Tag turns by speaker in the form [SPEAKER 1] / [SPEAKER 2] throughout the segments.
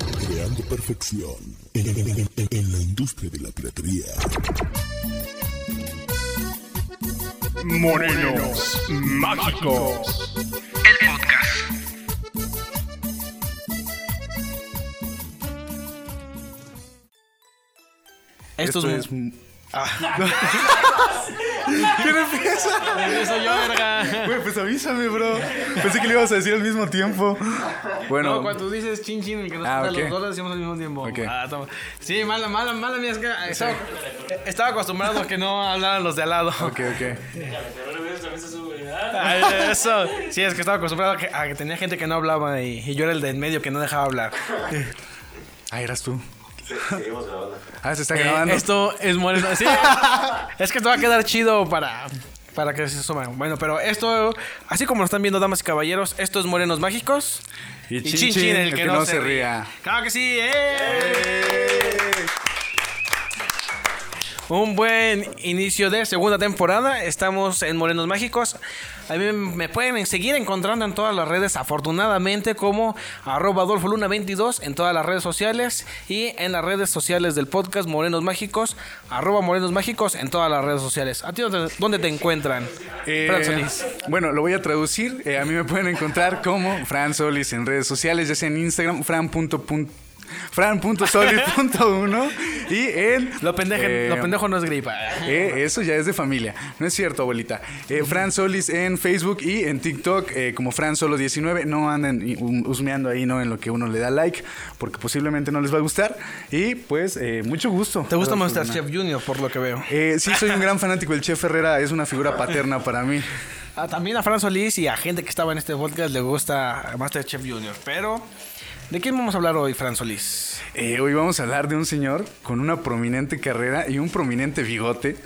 [SPEAKER 1] Logrando perfección en, en- en- en- en la industria de la piratería.
[SPEAKER 2] Morenos Mágicos. El podcast.
[SPEAKER 3] Esto,
[SPEAKER 4] Esto
[SPEAKER 3] es.
[SPEAKER 4] es. Ah. ¿Quién empieza?
[SPEAKER 3] Eso yo, verga.
[SPEAKER 4] Güey, pues avísame, bro. Pensé que le ibas a decir al mismo tiempo. Bueno,
[SPEAKER 3] No, cuando dices chin chin, el que nos
[SPEAKER 4] Ah,
[SPEAKER 3] ah,
[SPEAKER 4] ok.
[SPEAKER 3] los dos lo decimos al mismo tiempo.
[SPEAKER 4] Ok.
[SPEAKER 3] Ah, toma. Sí, mala, mala, mala mía. Es que eh, estaba, estaba acostumbrado a que no hablaran los de al lado.
[SPEAKER 4] ok, ok.
[SPEAKER 3] Ay, Eso. Sí, es que estaba acostumbrado a que, a que tenía gente que no hablaba y, y yo era el de en medio que no dejaba hablar.
[SPEAKER 4] Ah, eras tú. Ah, se está
[SPEAKER 3] Eh,
[SPEAKER 4] grabando.
[SPEAKER 3] esto es moreno. Sí. es que te va a quedar chido para. Para que se suman. Bueno, pero esto, así como lo están viendo, damas y caballeros, esto es Morenos Mágicos.
[SPEAKER 4] Y Chin Chin, el que no se ría.
[SPEAKER 3] Claro que sí, ¡eh! Un buen inicio de segunda temporada. Estamos en Morenos Mágicos. A mí me pueden seguir encontrando en todas las redes, afortunadamente, como arroba Adolfo Luna 22 en todas las redes sociales y en las redes sociales del podcast Morenos Mágicos, arroba Morenos Mágicos en todas las redes sociales. ¿A ti dónde, dónde te encuentran?
[SPEAKER 4] Eh,
[SPEAKER 3] Fran Solís?
[SPEAKER 4] bueno, lo voy a traducir. Eh, a mí me pueden encontrar como Fran Solis en redes sociales, ya sea en Instagram, fran.pun- fran.solis.1 y en...
[SPEAKER 3] Lo, pendeje-
[SPEAKER 4] eh,
[SPEAKER 3] lo pendejo no es gripa.
[SPEAKER 4] Eh, eso ya es de familia. No es cierto, abuelita. Eh, Fran Solis en Facebook y en TikTok eh, como Fran Solo 19. No anden y- um, husmeando ahí, ¿no? En lo que uno le da like, porque posiblemente no les va a gustar. Y pues, eh, mucho gusto.
[SPEAKER 3] ¿Te gusta
[SPEAKER 4] Adolfo Luna.
[SPEAKER 3] Masterchef Junior por lo que veo?
[SPEAKER 4] Eh, sí, soy un gran fanático. El Chef Herrera es una figura paterna para mí.
[SPEAKER 3] Ah, también a Fran Solís y a gente que estaba en este podcast le gusta Masterchef Junior. Pero, ¿de quién vamos a hablar hoy, Fran Solís?
[SPEAKER 4] Eh, hoy vamos a hablar de un señor con una prominente carrera y un prominente bigote.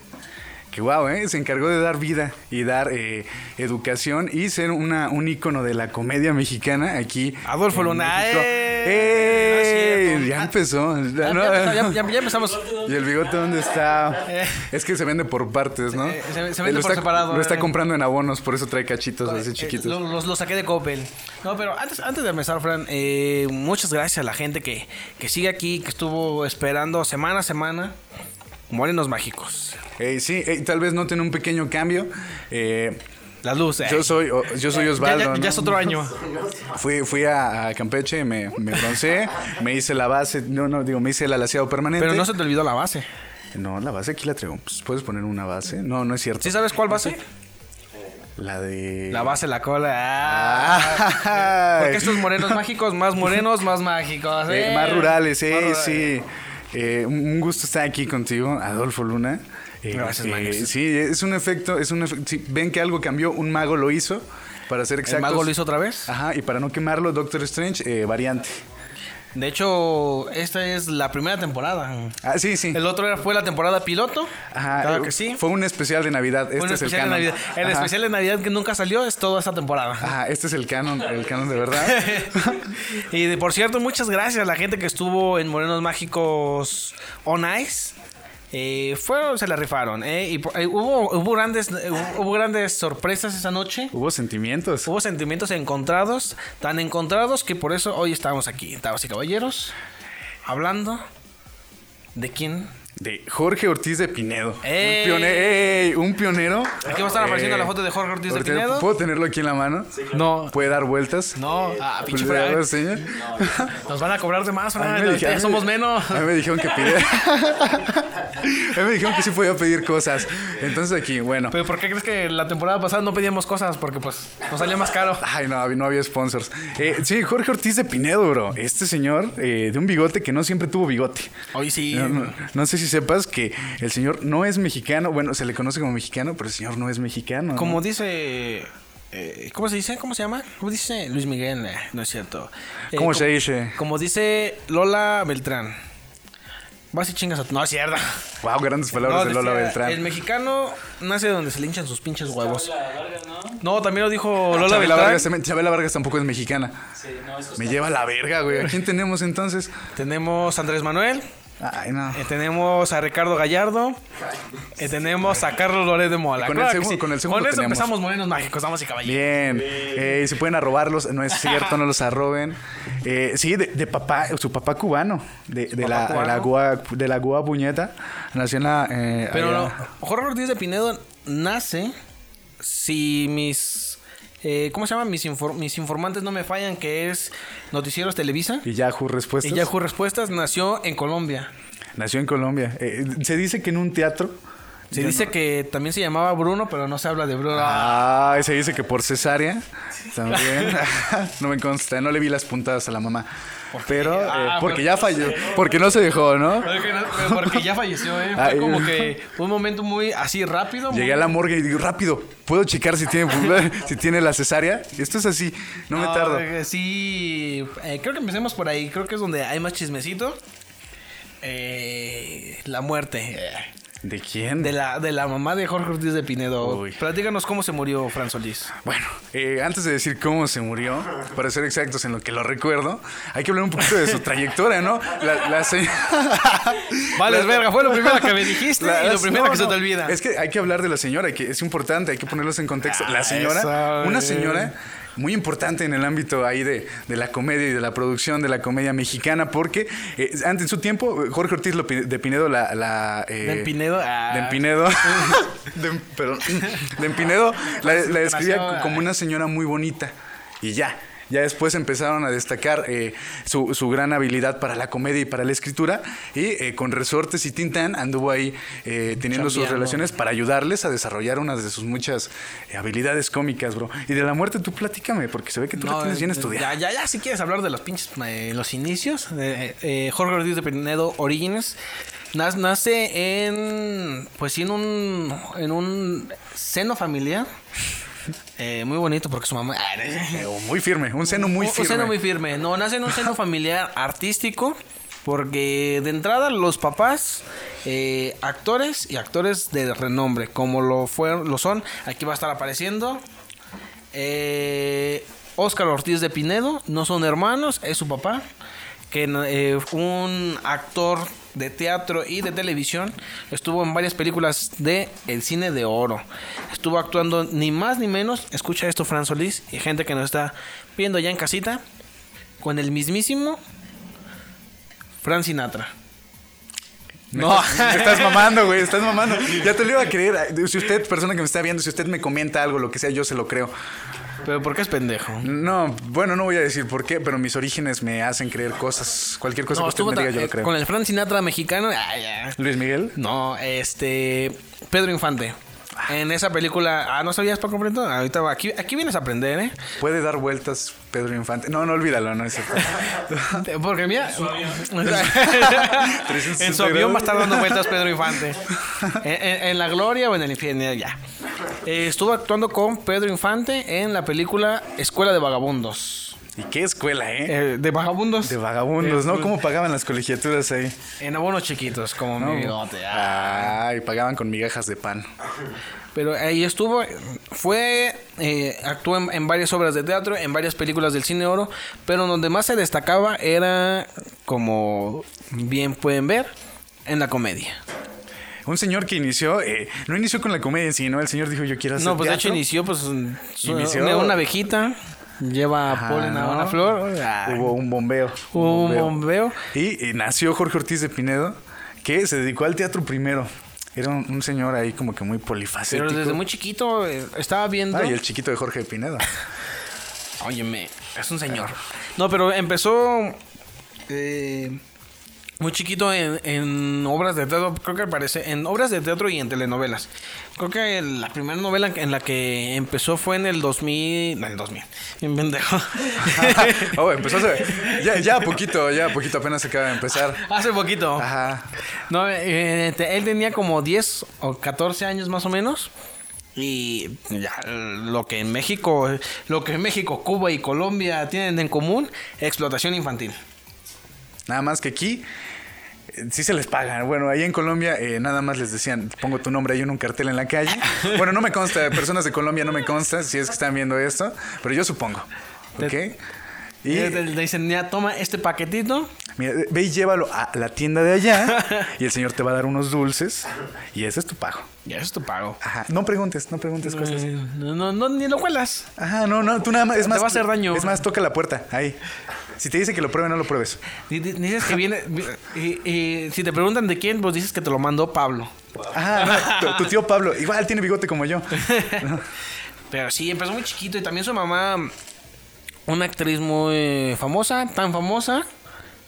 [SPEAKER 4] Que guau, ¿eh? Se encargó de dar vida y dar eh, educación y ser una, un ícono de la comedia mexicana aquí.
[SPEAKER 3] Adolfo
[SPEAKER 4] en
[SPEAKER 3] Luna,
[SPEAKER 4] México.
[SPEAKER 3] ¡eh!
[SPEAKER 4] ¡Eh!
[SPEAKER 3] No es cierto.
[SPEAKER 4] Ya empezó.
[SPEAKER 3] Ah, Ya,
[SPEAKER 4] No,
[SPEAKER 3] ya- ya- ya- ya empezamos.
[SPEAKER 4] ¿Y el bigote dónde está?
[SPEAKER 3] Eh.
[SPEAKER 4] Es que se vende por partes, ¿no?
[SPEAKER 3] Eh, se- se vende
[SPEAKER 4] Lo
[SPEAKER 3] por
[SPEAKER 4] está-
[SPEAKER 3] separado,
[SPEAKER 4] Lo
[SPEAKER 3] eh.
[SPEAKER 4] está comprando en abonos, por eso trae cachitos así
[SPEAKER 3] Eh,
[SPEAKER 4] chiquitos.
[SPEAKER 3] lo- los, los saqué de Coppel. No, pero antes, antes de empezar, Fran, eh, muchas gracias a la gente que, que sigue aquí, que estuvo esperando semana a semana. Morenos mágicos.
[SPEAKER 4] Eh, sí, eh, tal vez noten un pequeño cambio. Eh,
[SPEAKER 3] Las luces.
[SPEAKER 4] yo soy, o- yo soy Osvaldo.
[SPEAKER 3] Ya, ya- ya
[SPEAKER 4] ¿no?
[SPEAKER 3] es otro año.
[SPEAKER 4] Fui, fui a, a Campeche, me, me bronceé, me hice la base, no, no, digo, me hice el alaciado permanente.
[SPEAKER 3] Pero no se te olvidó la base.
[SPEAKER 4] No, la base aquí la traigo. Pues, ¿Puedes poner una base? No, no es cierto.
[SPEAKER 3] ¿Sí sabes cuál base?
[SPEAKER 4] La de...
[SPEAKER 3] La base, la cola. Ah.
[SPEAKER 4] Ah,
[SPEAKER 3] Porque estos morenos mágicos, más morenos, más mágicos.
[SPEAKER 4] Eh,
[SPEAKER 3] ¡eh!
[SPEAKER 4] más rurales, eh,
[SPEAKER 3] Más rurales.
[SPEAKER 4] sí. Eh, un un gusto estar aquí contigo, Adolfo Luna. Eh,
[SPEAKER 3] Gracias,
[SPEAKER 4] eh,
[SPEAKER 3] Magnus.
[SPEAKER 4] Sí, es un efecto, es un efecto. si ven que algo cambió, un mago lo hizo, para ser
[SPEAKER 3] ¿El
[SPEAKER 4] exactos.
[SPEAKER 3] mago lo hizo otra vez?
[SPEAKER 4] Ajá, y para no quemarlo, Doctor Strange, eh, variante.
[SPEAKER 3] De hecho, esta es la primera temporada.
[SPEAKER 4] Ah, sí, sí.
[SPEAKER 3] El otro era- fue la temporada piloto.
[SPEAKER 4] Ajá,
[SPEAKER 3] claro
[SPEAKER 4] eh,
[SPEAKER 3] que sí.
[SPEAKER 4] Fue un especial de Navidad.
[SPEAKER 3] Fue un
[SPEAKER 4] este es el
[SPEAKER 3] especial de
[SPEAKER 4] canon.
[SPEAKER 3] Navidad. El
[SPEAKER 4] Ajá.
[SPEAKER 3] especial de Navidad que nunca salió es toda esta temporada.
[SPEAKER 4] Ajá, este es el canon, el canon de verdad.
[SPEAKER 3] y de, por cierto, muchas gracias a la gente que estuvo en Morenos Mágicos On Ice. Eh, fueron, se la rifaron. eh, y por- eh, hubo, hubo, grandes, eh, hubo grandes sorpresas esa noche.
[SPEAKER 4] Hubo sentimientos.
[SPEAKER 3] Hubo sentimientos encontrados, tan encontrados que por eso hoy estamos aquí, damas y caballeros, hablando de quién.
[SPEAKER 4] De Jorge Ortiz de Pinedo.
[SPEAKER 3] ¡Ey!
[SPEAKER 4] Un, pione- ¡Ey! un pionero.
[SPEAKER 3] Aquí va a estar apareciendo la foto de Jorge Ortiz de
[SPEAKER 4] Ortiz-
[SPEAKER 3] Pinedo.
[SPEAKER 4] ¿Puedo tenerlo aquí en la mano?
[SPEAKER 3] No,
[SPEAKER 4] ¿Puede dar vueltas?
[SPEAKER 3] no, ah, pinche
[SPEAKER 4] ¿Puede dar
[SPEAKER 3] Fran,
[SPEAKER 4] vueltas, señor?
[SPEAKER 3] Nos van a cobrar de más,
[SPEAKER 4] A mí
[SPEAKER 3] Fran,
[SPEAKER 4] me
[SPEAKER 3] ya
[SPEAKER 4] dijeron-
[SPEAKER 3] somos menos.
[SPEAKER 4] A mí me dijeron que pidiera. a mí me dijeron que sí podía pedir cosas. Entonces aquí, bueno.
[SPEAKER 3] Pero ¿por qué crees que la temporada pasada no pedíamos cosas? Porque pues nos salía más caro.
[SPEAKER 4] Ay, no, no había sponsors. Eh, sí, Jorge Ortiz de Pinedo, bro. Este señor eh, de un bigote que no siempre tuvo bigote.
[SPEAKER 3] Hoy sí.
[SPEAKER 4] No, no, no sé si sepas que el señor no es mexicano. Bueno, se le conoce como mexicano, pero el señor no es mexicano. ¿no?
[SPEAKER 3] Como dice... eh, ¿Cómo se dice? ¿Cómo se llama? ¿Cómo dice Luis Miguel? Eh, no es cierto. Eh,
[SPEAKER 4] ¿Cómo se
[SPEAKER 3] como-
[SPEAKER 4] dice?
[SPEAKER 3] Como dice Lola Beltrán. Vas y chingas a tu... No, es cierto.
[SPEAKER 4] Wow, grandes palabras
[SPEAKER 3] No,
[SPEAKER 4] de Lola
[SPEAKER 3] decía,
[SPEAKER 4] Beltrán.
[SPEAKER 3] El mexicano nace donde se le hinchan sus pinches huevos. ¿no? también lo dijo Lola
[SPEAKER 4] Ah, Chabela
[SPEAKER 3] Beltrán.
[SPEAKER 4] Vargas, también- Chabela Vargas tampoco es mexicana. Me lleva la verga, güey. ¿A quién tenemos entonces?
[SPEAKER 3] Tenemos a Andrés Manuel,
[SPEAKER 4] Ay, no.
[SPEAKER 3] Eh, tenemos a Ricardo Gallardo. Eh, tenemos a Carlos Loret de Mola.
[SPEAKER 4] Y con el
[SPEAKER 3] que
[SPEAKER 4] segun- con el segundo
[SPEAKER 3] Con eso
[SPEAKER 4] tenemos.
[SPEAKER 3] empezamos Morenos Mágicos, damas y caballeros.
[SPEAKER 4] Bien. Eh, y si pueden arrobarlos, no es cierto, no los arroben. Eh, sí, de, de papá, su papá cubano, de, de la,
[SPEAKER 3] papá
[SPEAKER 4] de la gua, de la gua puñeta, nació en la. eh,
[SPEAKER 3] Pero
[SPEAKER 4] allá.
[SPEAKER 3] no, Jorge Ortiz de Pinedo nace si mis... eh, ¿Cómo se llama? Mis, infor- mis informantes no me fallan, que es Noticieros Televisa.
[SPEAKER 4] Y Yahoo Respuestas.
[SPEAKER 3] Y Yahoo Respuestas nació en Colombia.
[SPEAKER 4] Nació en Colombia. Eh, se dice que en un teatro.
[SPEAKER 3] Se
[SPEAKER 4] Yo
[SPEAKER 3] dice que también se llamaba Bruno, pero no se habla de Bruno.
[SPEAKER 4] Ah, se dice que por cesárea también. no me consta, no le vi las puntadas a la mamá. Pero
[SPEAKER 3] Ah,
[SPEAKER 4] eh, porque
[SPEAKER 3] pero-
[SPEAKER 4] ya falló, porque no se dejó, ¿no?
[SPEAKER 3] Porque, no- porque ya falleció, ¿eh?
[SPEAKER 4] Ay.
[SPEAKER 3] Fue como que fue un momento muy así rápido. muy-
[SPEAKER 4] Llegué a la morgue y digo, rápido, puedo checar si tiene, si tiene la cesárea. Esto es así, no me
[SPEAKER 3] No,
[SPEAKER 4] tardo.
[SPEAKER 3] eh, Sí, eh, creo que empecemos por ahí. Creo que es donde hay más chismecito. Eh, la muerte eh,
[SPEAKER 4] ¿De quién?
[SPEAKER 3] de la, de la mamá de Jorge Ortiz de Pinedo.
[SPEAKER 4] Uy.
[SPEAKER 3] Platícanos cómo se murió Fran Solís.
[SPEAKER 4] Bueno, eh, antes de decir cómo se murió, para ser exactos en lo que lo recuerdo, hay que hablar un poquito de su trayectoria, ¿no? La, la se-
[SPEAKER 3] Vales,
[SPEAKER 4] la-
[SPEAKER 3] verga, fue lo primero que me dijiste
[SPEAKER 4] La-
[SPEAKER 3] y lo primero
[SPEAKER 4] no,
[SPEAKER 3] que se
[SPEAKER 4] no.
[SPEAKER 3] te olvida.
[SPEAKER 4] Es que hay que hablar de la señora, que es importante, hay que ponerlos en contexto.
[SPEAKER 3] Ah,
[SPEAKER 4] La señora,
[SPEAKER 3] esa,
[SPEAKER 4] una
[SPEAKER 3] eh.
[SPEAKER 4] señora muy importante en el ámbito ahí de, de la comedia y de la producción de la comedia mexicana, porque eh, antes en su tiempo, Jorge Ortiz Lo- de Pinedo, la. la,
[SPEAKER 3] De
[SPEAKER 4] eh,
[SPEAKER 3] Pinedo, ah.
[SPEAKER 4] de Empinedo. de, perdón. De Empinedo la, la describía
[SPEAKER 3] Nació,
[SPEAKER 4] como una señora muy bonita. Y ya. Ya después empezaron a destacar eh, su, su gran habilidad para la comedia y para la escritura. Y eh, con Resortes y Tintán anduvo ahí eh, teniendo sus
[SPEAKER 3] Chambeando.
[SPEAKER 4] relaciones para ayudarles a desarrollar una de sus muchas eh, habilidades cómicas, bro. Y de la muerte tú platícame, porque se ve que tú la
[SPEAKER 3] No,
[SPEAKER 4] tienes bien
[SPEAKER 3] eh,
[SPEAKER 4] estudiada.
[SPEAKER 3] Ya, ya, ya, si quieres hablar de los pinches, eh, los inicios. eh, eh, Jorge Ortiz de Pinedo Origines nas- nace en, pues sí, en un, en un seno familiar. Eh, muy bonito porque su mamá... Ah,
[SPEAKER 4] Eh, o muy firme, un seno muy
[SPEAKER 3] un-
[SPEAKER 4] firme.
[SPEAKER 3] Un seno muy firme. No, nace en un seno familiar artístico. Porque de entrada los papás, eh, actores y actores de renombre, como lo fueron, lo son, aquí va a estar apareciendo. eh, Óscar Ortiz de Pinedo, no son hermanos, es su papá. Que eh, un actor de teatro y de televisión estuvo en varias películas de El Cine de Oro. Estuvo actuando ni más ni menos, escucha esto Fran Solís y gente que nos está viendo ya en casita, con el mismísimo Fran Sinatra.
[SPEAKER 4] Me estás- me estás mamando, güey, estás mamando. Ya te lo iba a creer. Si usted, persona que me está viendo, si usted me comenta algo, lo que sea, yo se lo creo.
[SPEAKER 3] Pero ¿por qué es pendejo?
[SPEAKER 4] No, bueno, no voy a decir por qué, pero mis orígenes me hacen creer cosas. Cualquier cosa
[SPEAKER 3] No,
[SPEAKER 4] que usted
[SPEAKER 3] estuvo
[SPEAKER 4] me diga,
[SPEAKER 3] tra-
[SPEAKER 4] yo
[SPEAKER 3] eh,
[SPEAKER 4] lo creo.
[SPEAKER 3] con el Fran Sinatra mexicano. ay, ay.
[SPEAKER 4] Luis Miguel.
[SPEAKER 3] No, este. Pedro Infante. En esa película. Ah, ¿no sabías por completo? Ahorita va- Aquí, aquí vienes a aprender, ¿eh?
[SPEAKER 4] Puede dar vueltas Pedro Infante. No, no olvídalo, no es cierto.
[SPEAKER 3] Porque mira. en su
[SPEAKER 4] 360
[SPEAKER 3] avión va a
[SPEAKER 4] grados.
[SPEAKER 3] estar dando vueltas Pedro Infante. En, en- en la gloria o en el infierno, ya. Eh, estuvo actuando con Pedro Infante en la película Escuela de Vagabundos.
[SPEAKER 4] ¿Y qué escuela, eh?
[SPEAKER 3] Eh, pues- de Vagabundos.
[SPEAKER 4] De vagabundos, ¿no? ¿Cómo pagaban las colegiaturas ahí?
[SPEAKER 3] En abonos chiquitos, como mi bigote. ah.
[SPEAKER 4] Ay, pagaban con migajas de pan.
[SPEAKER 3] Pero ahí estuvo, fue, eh, actuó en, en varias obras de teatro, en varias películas del cine oro, pero donde más se destacaba era, como bien pueden ver, en la comedia.
[SPEAKER 4] Un señor que inició, eh, no inició con la comedia en sí, ¿no? El señor dijo, yo quiero hacer
[SPEAKER 3] No, pues de hecho
[SPEAKER 4] teatro".
[SPEAKER 3] inició, pues, un- su-
[SPEAKER 4] Inició.
[SPEAKER 3] Una, una abejita, lleva
[SPEAKER 4] Ah,
[SPEAKER 3] polen a
[SPEAKER 4] ¿no?
[SPEAKER 3] una flor, ah,
[SPEAKER 4] Hubo un bombeo.
[SPEAKER 3] hubo un bombeo.
[SPEAKER 4] Y, eh, nació Jorge Ortiz de Pinedo, que se dedicó al teatro primero. Era un, un señor ahí como que muy polifacético.
[SPEAKER 3] Pero desde muy chiquito eh, estaba viendo...
[SPEAKER 4] Ah, y el chiquito de Jorge de Pinedo.
[SPEAKER 3] Óyeme, es un señor. No, pero empezó eh, muy chiquito en, en obras de teatro, creo que aparece en obras de teatro y en telenovelas. Creo que la primera novela en la que empezó fue en el 2000, no, en el 2000, bien pendejo.
[SPEAKER 4] oh, empezó hace- ya, ya poquito, ya poquito, apenas acaba de empezar.
[SPEAKER 3] Hace poquito.
[SPEAKER 4] Ajá.
[SPEAKER 3] No, eh, te- él tenía como 10 o 14 años más o menos. Y ya, lo que en México, lo que en México, Cuba y Colombia tienen en común, explotación infantil.
[SPEAKER 4] Nada más que aquí eh, sí se les paga. Bueno, ahí en Colombia eh, nada más les decían, pongo tu nombre ahí en un cartel en la calle. Bueno, no me consta, personas de Colombia no me consta si es que están viendo esto, pero yo supongo. ¿Ok?
[SPEAKER 3] Te-
[SPEAKER 4] Y
[SPEAKER 3] Y le dicen, ya toma este paquetito.
[SPEAKER 4] Mira, ve y llévalo a la tienda de allá y el señor te va a dar unos dulces y ese es tu pago.
[SPEAKER 3] Ya eso es tu pago.
[SPEAKER 4] Ajá. No preguntes, no preguntes cosas.
[SPEAKER 3] Eh, No, no, no, ni lo cuelas.
[SPEAKER 4] Ajá, no, no, tú nada más. Es
[SPEAKER 3] Te
[SPEAKER 4] más
[SPEAKER 3] va a hacer daño.
[SPEAKER 4] Es más, toca la puerta, ahí. Si te dice que lo pruebe, no lo pruebes.
[SPEAKER 3] Di- di- Dices que viene. eh, eh, si te preguntan de quién, pues dices que te lo mandó Pablo.
[SPEAKER 4] Ajá, no, tu, tu tío Pablo, igual tiene bigote como yo.
[SPEAKER 3] Pero sí, empezó muy chiquito y también su mamá, una actriz muy famosa, tan famosa,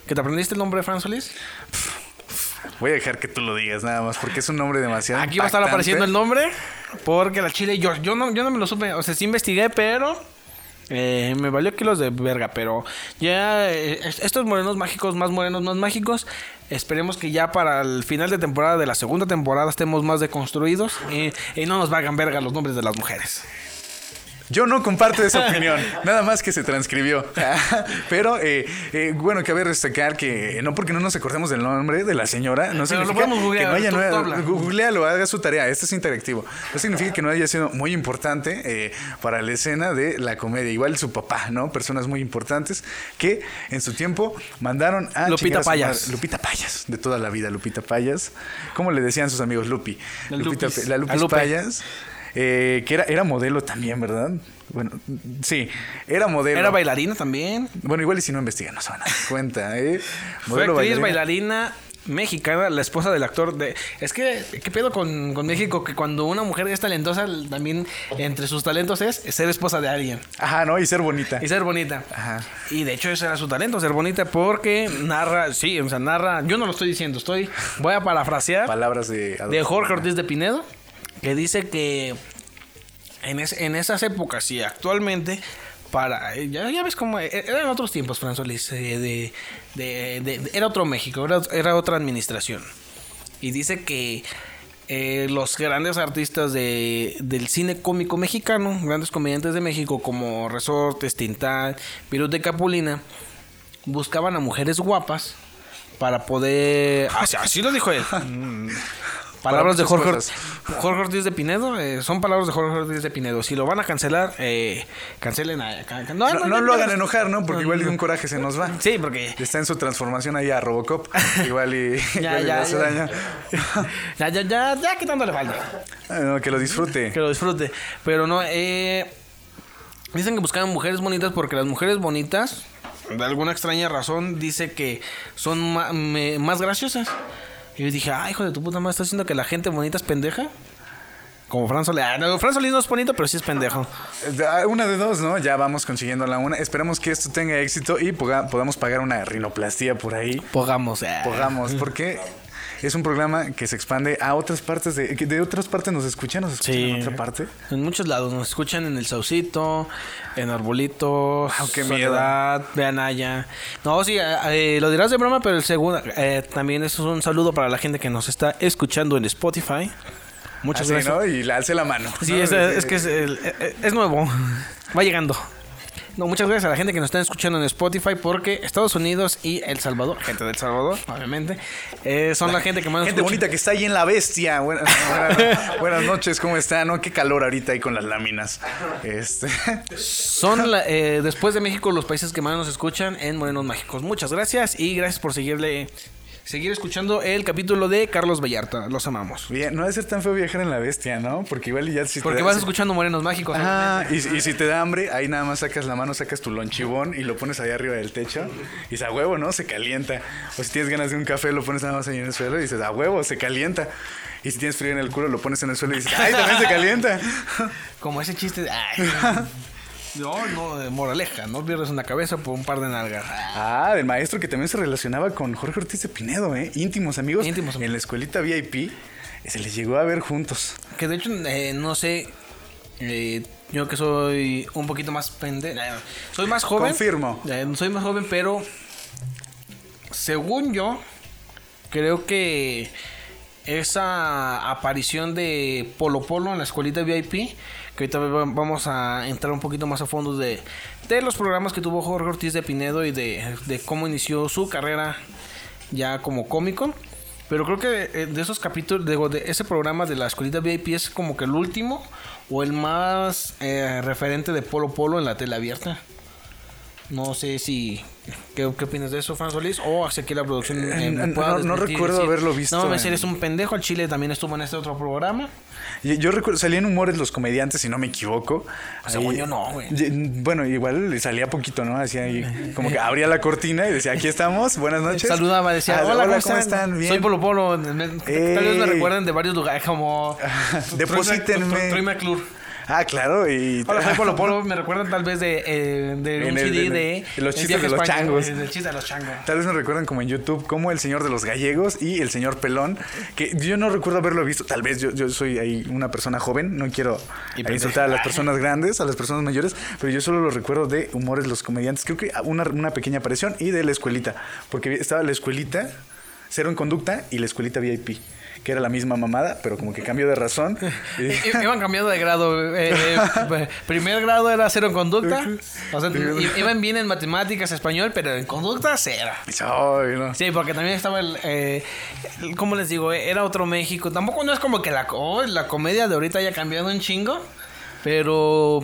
[SPEAKER 3] que te aprendiste el nombre de Fran Solís.
[SPEAKER 4] Voy a dejar que tú lo digas nada más, porque es un nombre demasiado.
[SPEAKER 3] Aquí va a estar
[SPEAKER 4] impactante.
[SPEAKER 3] apareciendo el nombre, porque la chile yo, yo, no, yo no me lo supe, o sea, sí investigué, pero eh, me valió kilos de verga, pero ya eh, es- estos morenos mágicos, más morenos, más mágicos, esperemos que ya para el final de temporada, de la segunda temporada, estemos más deconstruidos eh, y no nos valgan verga los nombres de las mujeres.
[SPEAKER 4] Yo no comparto esa opinión, nada más que se transcribió. Pero eh, eh, bueno, cabe destacar que no porque no nos acordemos del nombre de la señora, no
[SPEAKER 3] Pero lo
[SPEAKER 4] significa
[SPEAKER 3] podemos
[SPEAKER 4] que
[SPEAKER 3] googlear,
[SPEAKER 4] no haya
[SPEAKER 3] tú- tú habla.
[SPEAKER 4] nueva. Googlealo, haga su tarea, este es interactivo. No significa que no haya sido muy importante eh, para la escena de la comedia. Igual su papá, ¿no? Personas muy importantes que en su tiempo mandaron a.
[SPEAKER 3] Lupita
[SPEAKER 4] chingar a su madre.
[SPEAKER 3] Payas.
[SPEAKER 4] Lupita Payas, de toda la vida, Lupita Payas. ¿Cómo le decían sus amigos? Lupi.
[SPEAKER 3] La
[SPEAKER 4] Lupita,
[SPEAKER 3] Lupis.
[SPEAKER 4] la
[SPEAKER 3] A
[SPEAKER 4] Lupis
[SPEAKER 3] Lupe.
[SPEAKER 4] Payas. eh, que era, era modelo también, ¿verdad? Bueno, sí, era modelo.
[SPEAKER 3] Era bailarina también.
[SPEAKER 4] Bueno, igual y si no investigan, no se van a dar cuenta, ¿eh?
[SPEAKER 3] Fue actriz, bailarina mexicana, la esposa del actor de... Es que, ¿qué pedo con, con México? Que cuando una mujer es talentosa, también entre sus talentos es ser esposa de alguien
[SPEAKER 4] Ajá, ¿no? Y ser bonita.
[SPEAKER 3] y ser bonita.
[SPEAKER 4] Ajá.
[SPEAKER 3] Y de hecho ese era su talento, ser bonita, porque narra, sí, o sea, narra... Yo no lo estoy diciendo, estoy... Voy a parafrasear
[SPEAKER 4] Palabras de...
[SPEAKER 3] de Jorge Ortiz de Pinedo, que dice que en, es- en esas épocas y actualmente, para eh, ya, ya ves cómo e- eran otros tiempos, Fran Solís, eh, de, de- de- de- era otro México, era, era otra administración. Y dice que eh, los grandes artistas de- del cine cómico mexicano, grandes comediantes de México como Resortes, Tintán, Virus de Capulina, buscaban a mujeres guapas para poder...
[SPEAKER 4] Ah,
[SPEAKER 3] Así, así lo dijo él. Mm. Palabras de
[SPEAKER 4] muchas
[SPEAKER 3] Jorge,
[SPEAKER 4] cosas.
[SPEAKER 3] Or- Jorge Ortiz de Pinedo, eh, son palabras de Jorge Ortiz de Pinedo. Si lo van a cancelar, eh, cancelen a... ca- ca-
[SPEAKER 4] No, no lo hagan enojar, ¿no? Porque igual y de un coraje se nos va.
[SPEAKER 3] Sí, porque
[SPEAKER 4] Está en su transformación ahí a Robocop. Igual y,
[SPEAKER 3] Ya,
[SPEAKER 4] igual y le
[SPEAKER 3] ya,
[SPEAKER 4] hace
[SPEAKER 3] ya.
[SPEAKER 4] daño.
[SPEAKER 3] ya, ya, ya, ya quitándole falda.
[SPEAKER 4] Ah, no, que lo disfrute.
[SPEAKER 3] Que lo disfrute. Pero no, eh, dicen que buscaban mujeres bonitas porque las mujeres bonitas, de alguna extraña razón, dice que son ma- me- más graciosas. Y yo dije, ay, hijo de tu puta madre, ¿estás diciendo que la gente bonita es pendeja? Como Fran Solís. Ah, no, Fran Solís no es bonito, pero sí es pendejo.
[SPEAKER 4] Ah, Una de dos, ¿no? Ya vamos consiguiendo la una. Esperemos que esto tenga éxito y poga- podamos pagar una rinoplastía por ahí.
[SPEAKER 3] Pogamos. eh.
[SPEAKER 4] Pongamos, porque es un programa que se expande a otras partes de, que de otras partes nos escuchan, nos escuchan
[SPEAKER 3] Sí.
[SPEAKER 4] en otra parte.
[SPEAKER 3] En muchos lados nos escuchan en el Saucito, en Arbolitos,
[SPEAKER 4] Wow, qué
[SPEAKER 3] Soledad, vean allá. No, sí, eh, eh, lo dirás de broma, pero el segundo eh, también es un saludo para la gente que nos está escuchando en Spotify. Muchas
[SPEAKER 4] Así,
[SPEAKER 3] gracias.
[SPEAKER 4] ¿no? Y le alce la mano.
[SPEAKER 3] Sí,
[SPEAKER 4] ¿Ah, ¿no?
[SPEAKER 3] es, es que es, el- eh, es nuevo. Va llegando. No, muchas gracias a la gente que nos está escuchando en Spotify porque Estados Unidos y El Salvador, gente del Salvador, obviamente, eh, son la, gente que más nos
[SPEAKER 4] Gente
[SPEAKER 3] escucha.
[SPEAKER 4] bonita que está ahí en la bestia. Buenas, buenas- buenas noches, ¿cómo están? ¿No? Qué calor ahorita ahí con las láminas. Este.
[SPEAKER 3] Son la- eh, después de México los países que más nos escuchan en Morenos Mágicos. Muchas gracias y gracias por seguirle seguir escuchando el capítulo de Carlos Vallarta. Los amamos.
[SPEAKER 4] Bien, no debe ser tan feo viajar en la bestia, ¿no? Porque igual y ya si te
[SPEAKER 3] Porque
[SPEAKER 4] da-
[SPEAKER 3] vas
[SPEAKER 4] si-
[SPEAKER 3] escuchando Morenos Mágicos.
[SPEAKER 4] Ah, y, y si te da hambre, ahí nada más sacas la mano, sacas tu lonchibón y lo pones ahí arriba del techo. Y dices, a huevo, ¿no? Se calienta. O si tienes ganas de un café, lo pones nada más ahí en el suelo y dices, a huevo, se calienta. Y si tienes frío en el culo, lo pones en el suelo y dices, ay, también se calienta.
[SPEAKER 3] Como ese chiste de... ay. No, no, de moraleja, no pierdas una cabeza por un par de nalgas.
[SPEAKER 4] Ah, del maestro que también se relacionaba con Jorge Ortiz de Pinedo, ¿eh? Íntimos amigos.
[SPEAKER 3] Íntimos amigos.
[SPEAKER 4] En la escuelita VIP eh, se les llegó a ver juntos.
[SPEAKER 3] Que de hecho, eh, no sé, eh, yo que soy un poquito más pendejo, soy más joven.
[SPEAKER 4] Confirmo.
[SPEAKER 3] Eh, soy más joven, pero según yo, creo que esa aparición de Polo Polo en la escuelita VIP, que ahorita va- vamos a entrar un poquito más a fondo de, de los programas que tuvo Jorge Ortiz de Pinedo y de, de cómo inició su carrera ya como cómico. Pero creo que eh, de esos capítulos, digo, de ese programa de la escuelita VIP es como que el último o el más eh, referente de Polo Polo en la tele abierta. No sé si. ¿Qué, qué opinas de eso, Fran Solís? O hacia que la producción. eh, me
[SPEAKER 4] no-
[SPEAKER 3] pueda
[SPEAKER 4] no
[SPEAKER 3] desmentir y
[SPEAKER 4] recuerdo haberlo visto
[SPEAKER 3] No, mames,
[SPEAKER 4] en-
[SPEAKER 3] eres un pendejo. El Chile también estuvo en este otro programa.
[SPEAKER 4] Y- Yo recuerdo, salían humores los comediantes, si no me equivoco.
[SPEAKER 3] Según
[SPEAKER 4] Ahí-
[SPEAKER 3] yo no, güey.
[SPEAKER 4] Y- Bueno, igual le salía poquito, ¿no? Hacía ahí, como que abría la cortina y decía, aquí estamos, buenas noches.
[SPEAKER 3] Saludaba, decía:
[SPEAKER 4] Ah,
[SPEAKER 3] Hola, ¿cómo, están?
[SPEAKER 4] Bien.
[SPEAKER 3] Soy Polo Polo. Me- Tal vez me
[SPEAKER 4] Ey.
[SPEAKER 3] recuerden de varios lugares como.
[SPEAKER 4] Deposítenme.
[SPEAKER 3] Troy McClure.
[SPEAKER 4] Ah, claro, y...
[SPEAKER 3] Hola, soy Polo Polo. Me recuerdan tal vez de, eh, de
[SPEAKER 4] En
[SPEAKER 3] un
[SPEAKER 4] el-
[SPEAKER 3] CD
[SPEAKER 4] en el-
[SPEAKER 3] de.
[SPEAKER 4] en los
[SPEAKER 3] El
[SPEAKER 4] chistes
[SPEAKER 3] viaje
[SPEAKER 4] de
[SPEAKER 3] a
[SPEAKER 4] los
[SPEAKER 3] España,
[SPEAKER 4] changos.
[SPEAKER 3] eh, del chiste de los changos.
[SPEAKER 4] Tal vez me recuerdan como en YouTube, como El Señor de los Gallegos y El Señor Pelón, que yo no recuerdo haberlo visto. Tal vez yo, yo soy ahí una persona joven, no quiero
[SPEAKER 3] Y
[SPEAKER 4] ahí insultar a las personas grandes, a las personas mayores, pero yo solo lo recuerdo de Humores los Comediantes. Creo que una, una pequeña aparición y de La Escuelita, porque estaba La Escuelita, Cero en Conducta y La Escuelita VIP, que era la misma mamada, pero como que cambio de razón.
[SPEAKER 3] I- i- Eh, Iban cambiando de grado. eh, eh, p- primer grado era cero en conducta. O sea, i- iban bien en matemáticas, español, pero en conducta cero.
[SPEAKER 4] Ay, no.
[SPEAKER 3] Sí, porque también estaba el, eh, el- ¿Cómo les digo? Eh, Era otro México. Tampoco no es como que la, co- la comedia de ahorita haya cambiado un chingo. Pero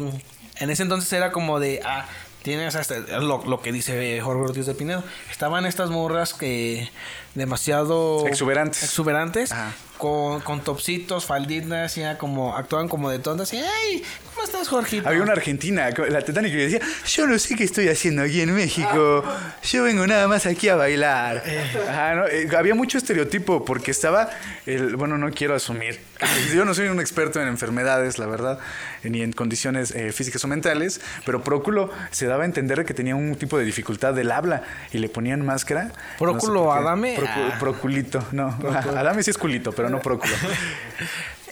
[SPEAKER 3] en ese entonces era como de. Ah, tienes hasta. Lo, lo que dice eh, Jorge Ortiz de Pinedo. Estaban estas morras que. Demasiado.
[SPEAKER 4] Exuberantes.
[SPEAKER 3] Exuberantes.
[SPEAKER 4] Ajá.
[SPEAKER 3] Con, con topsitos, falditas. Y era como. Actuaban como de tontas. Y. ¡Ay! ¿Cómo estás, Jorgito?
[SPEAKER 4] Había una argentina, la Titanic, que decía, yo no sé qué estoy haciendo aquí en México, yo vengo nada más aquí a bailar. Ajá, ¿no? Eh, había mucho estereotipo porque estaba, el, bueno, no quiero asumir, yo no soy un experto en enfermedades, la verdad, ni en condiciones eh, físicas o mentales, pero Próculo se daba a entender que tenía un tipo de dificultad del habla y le ponían máscara. no sé
[SPEAKER 3] Próculo
[SPEAKER 4] por qué.
[SPEAKER 3] Adame,
[SPEAKER 4] Procu-
[SPEAKER 3] ah.
[SPEAKER 4] Proculito, no. Adame sí es culito, pero no Próculo.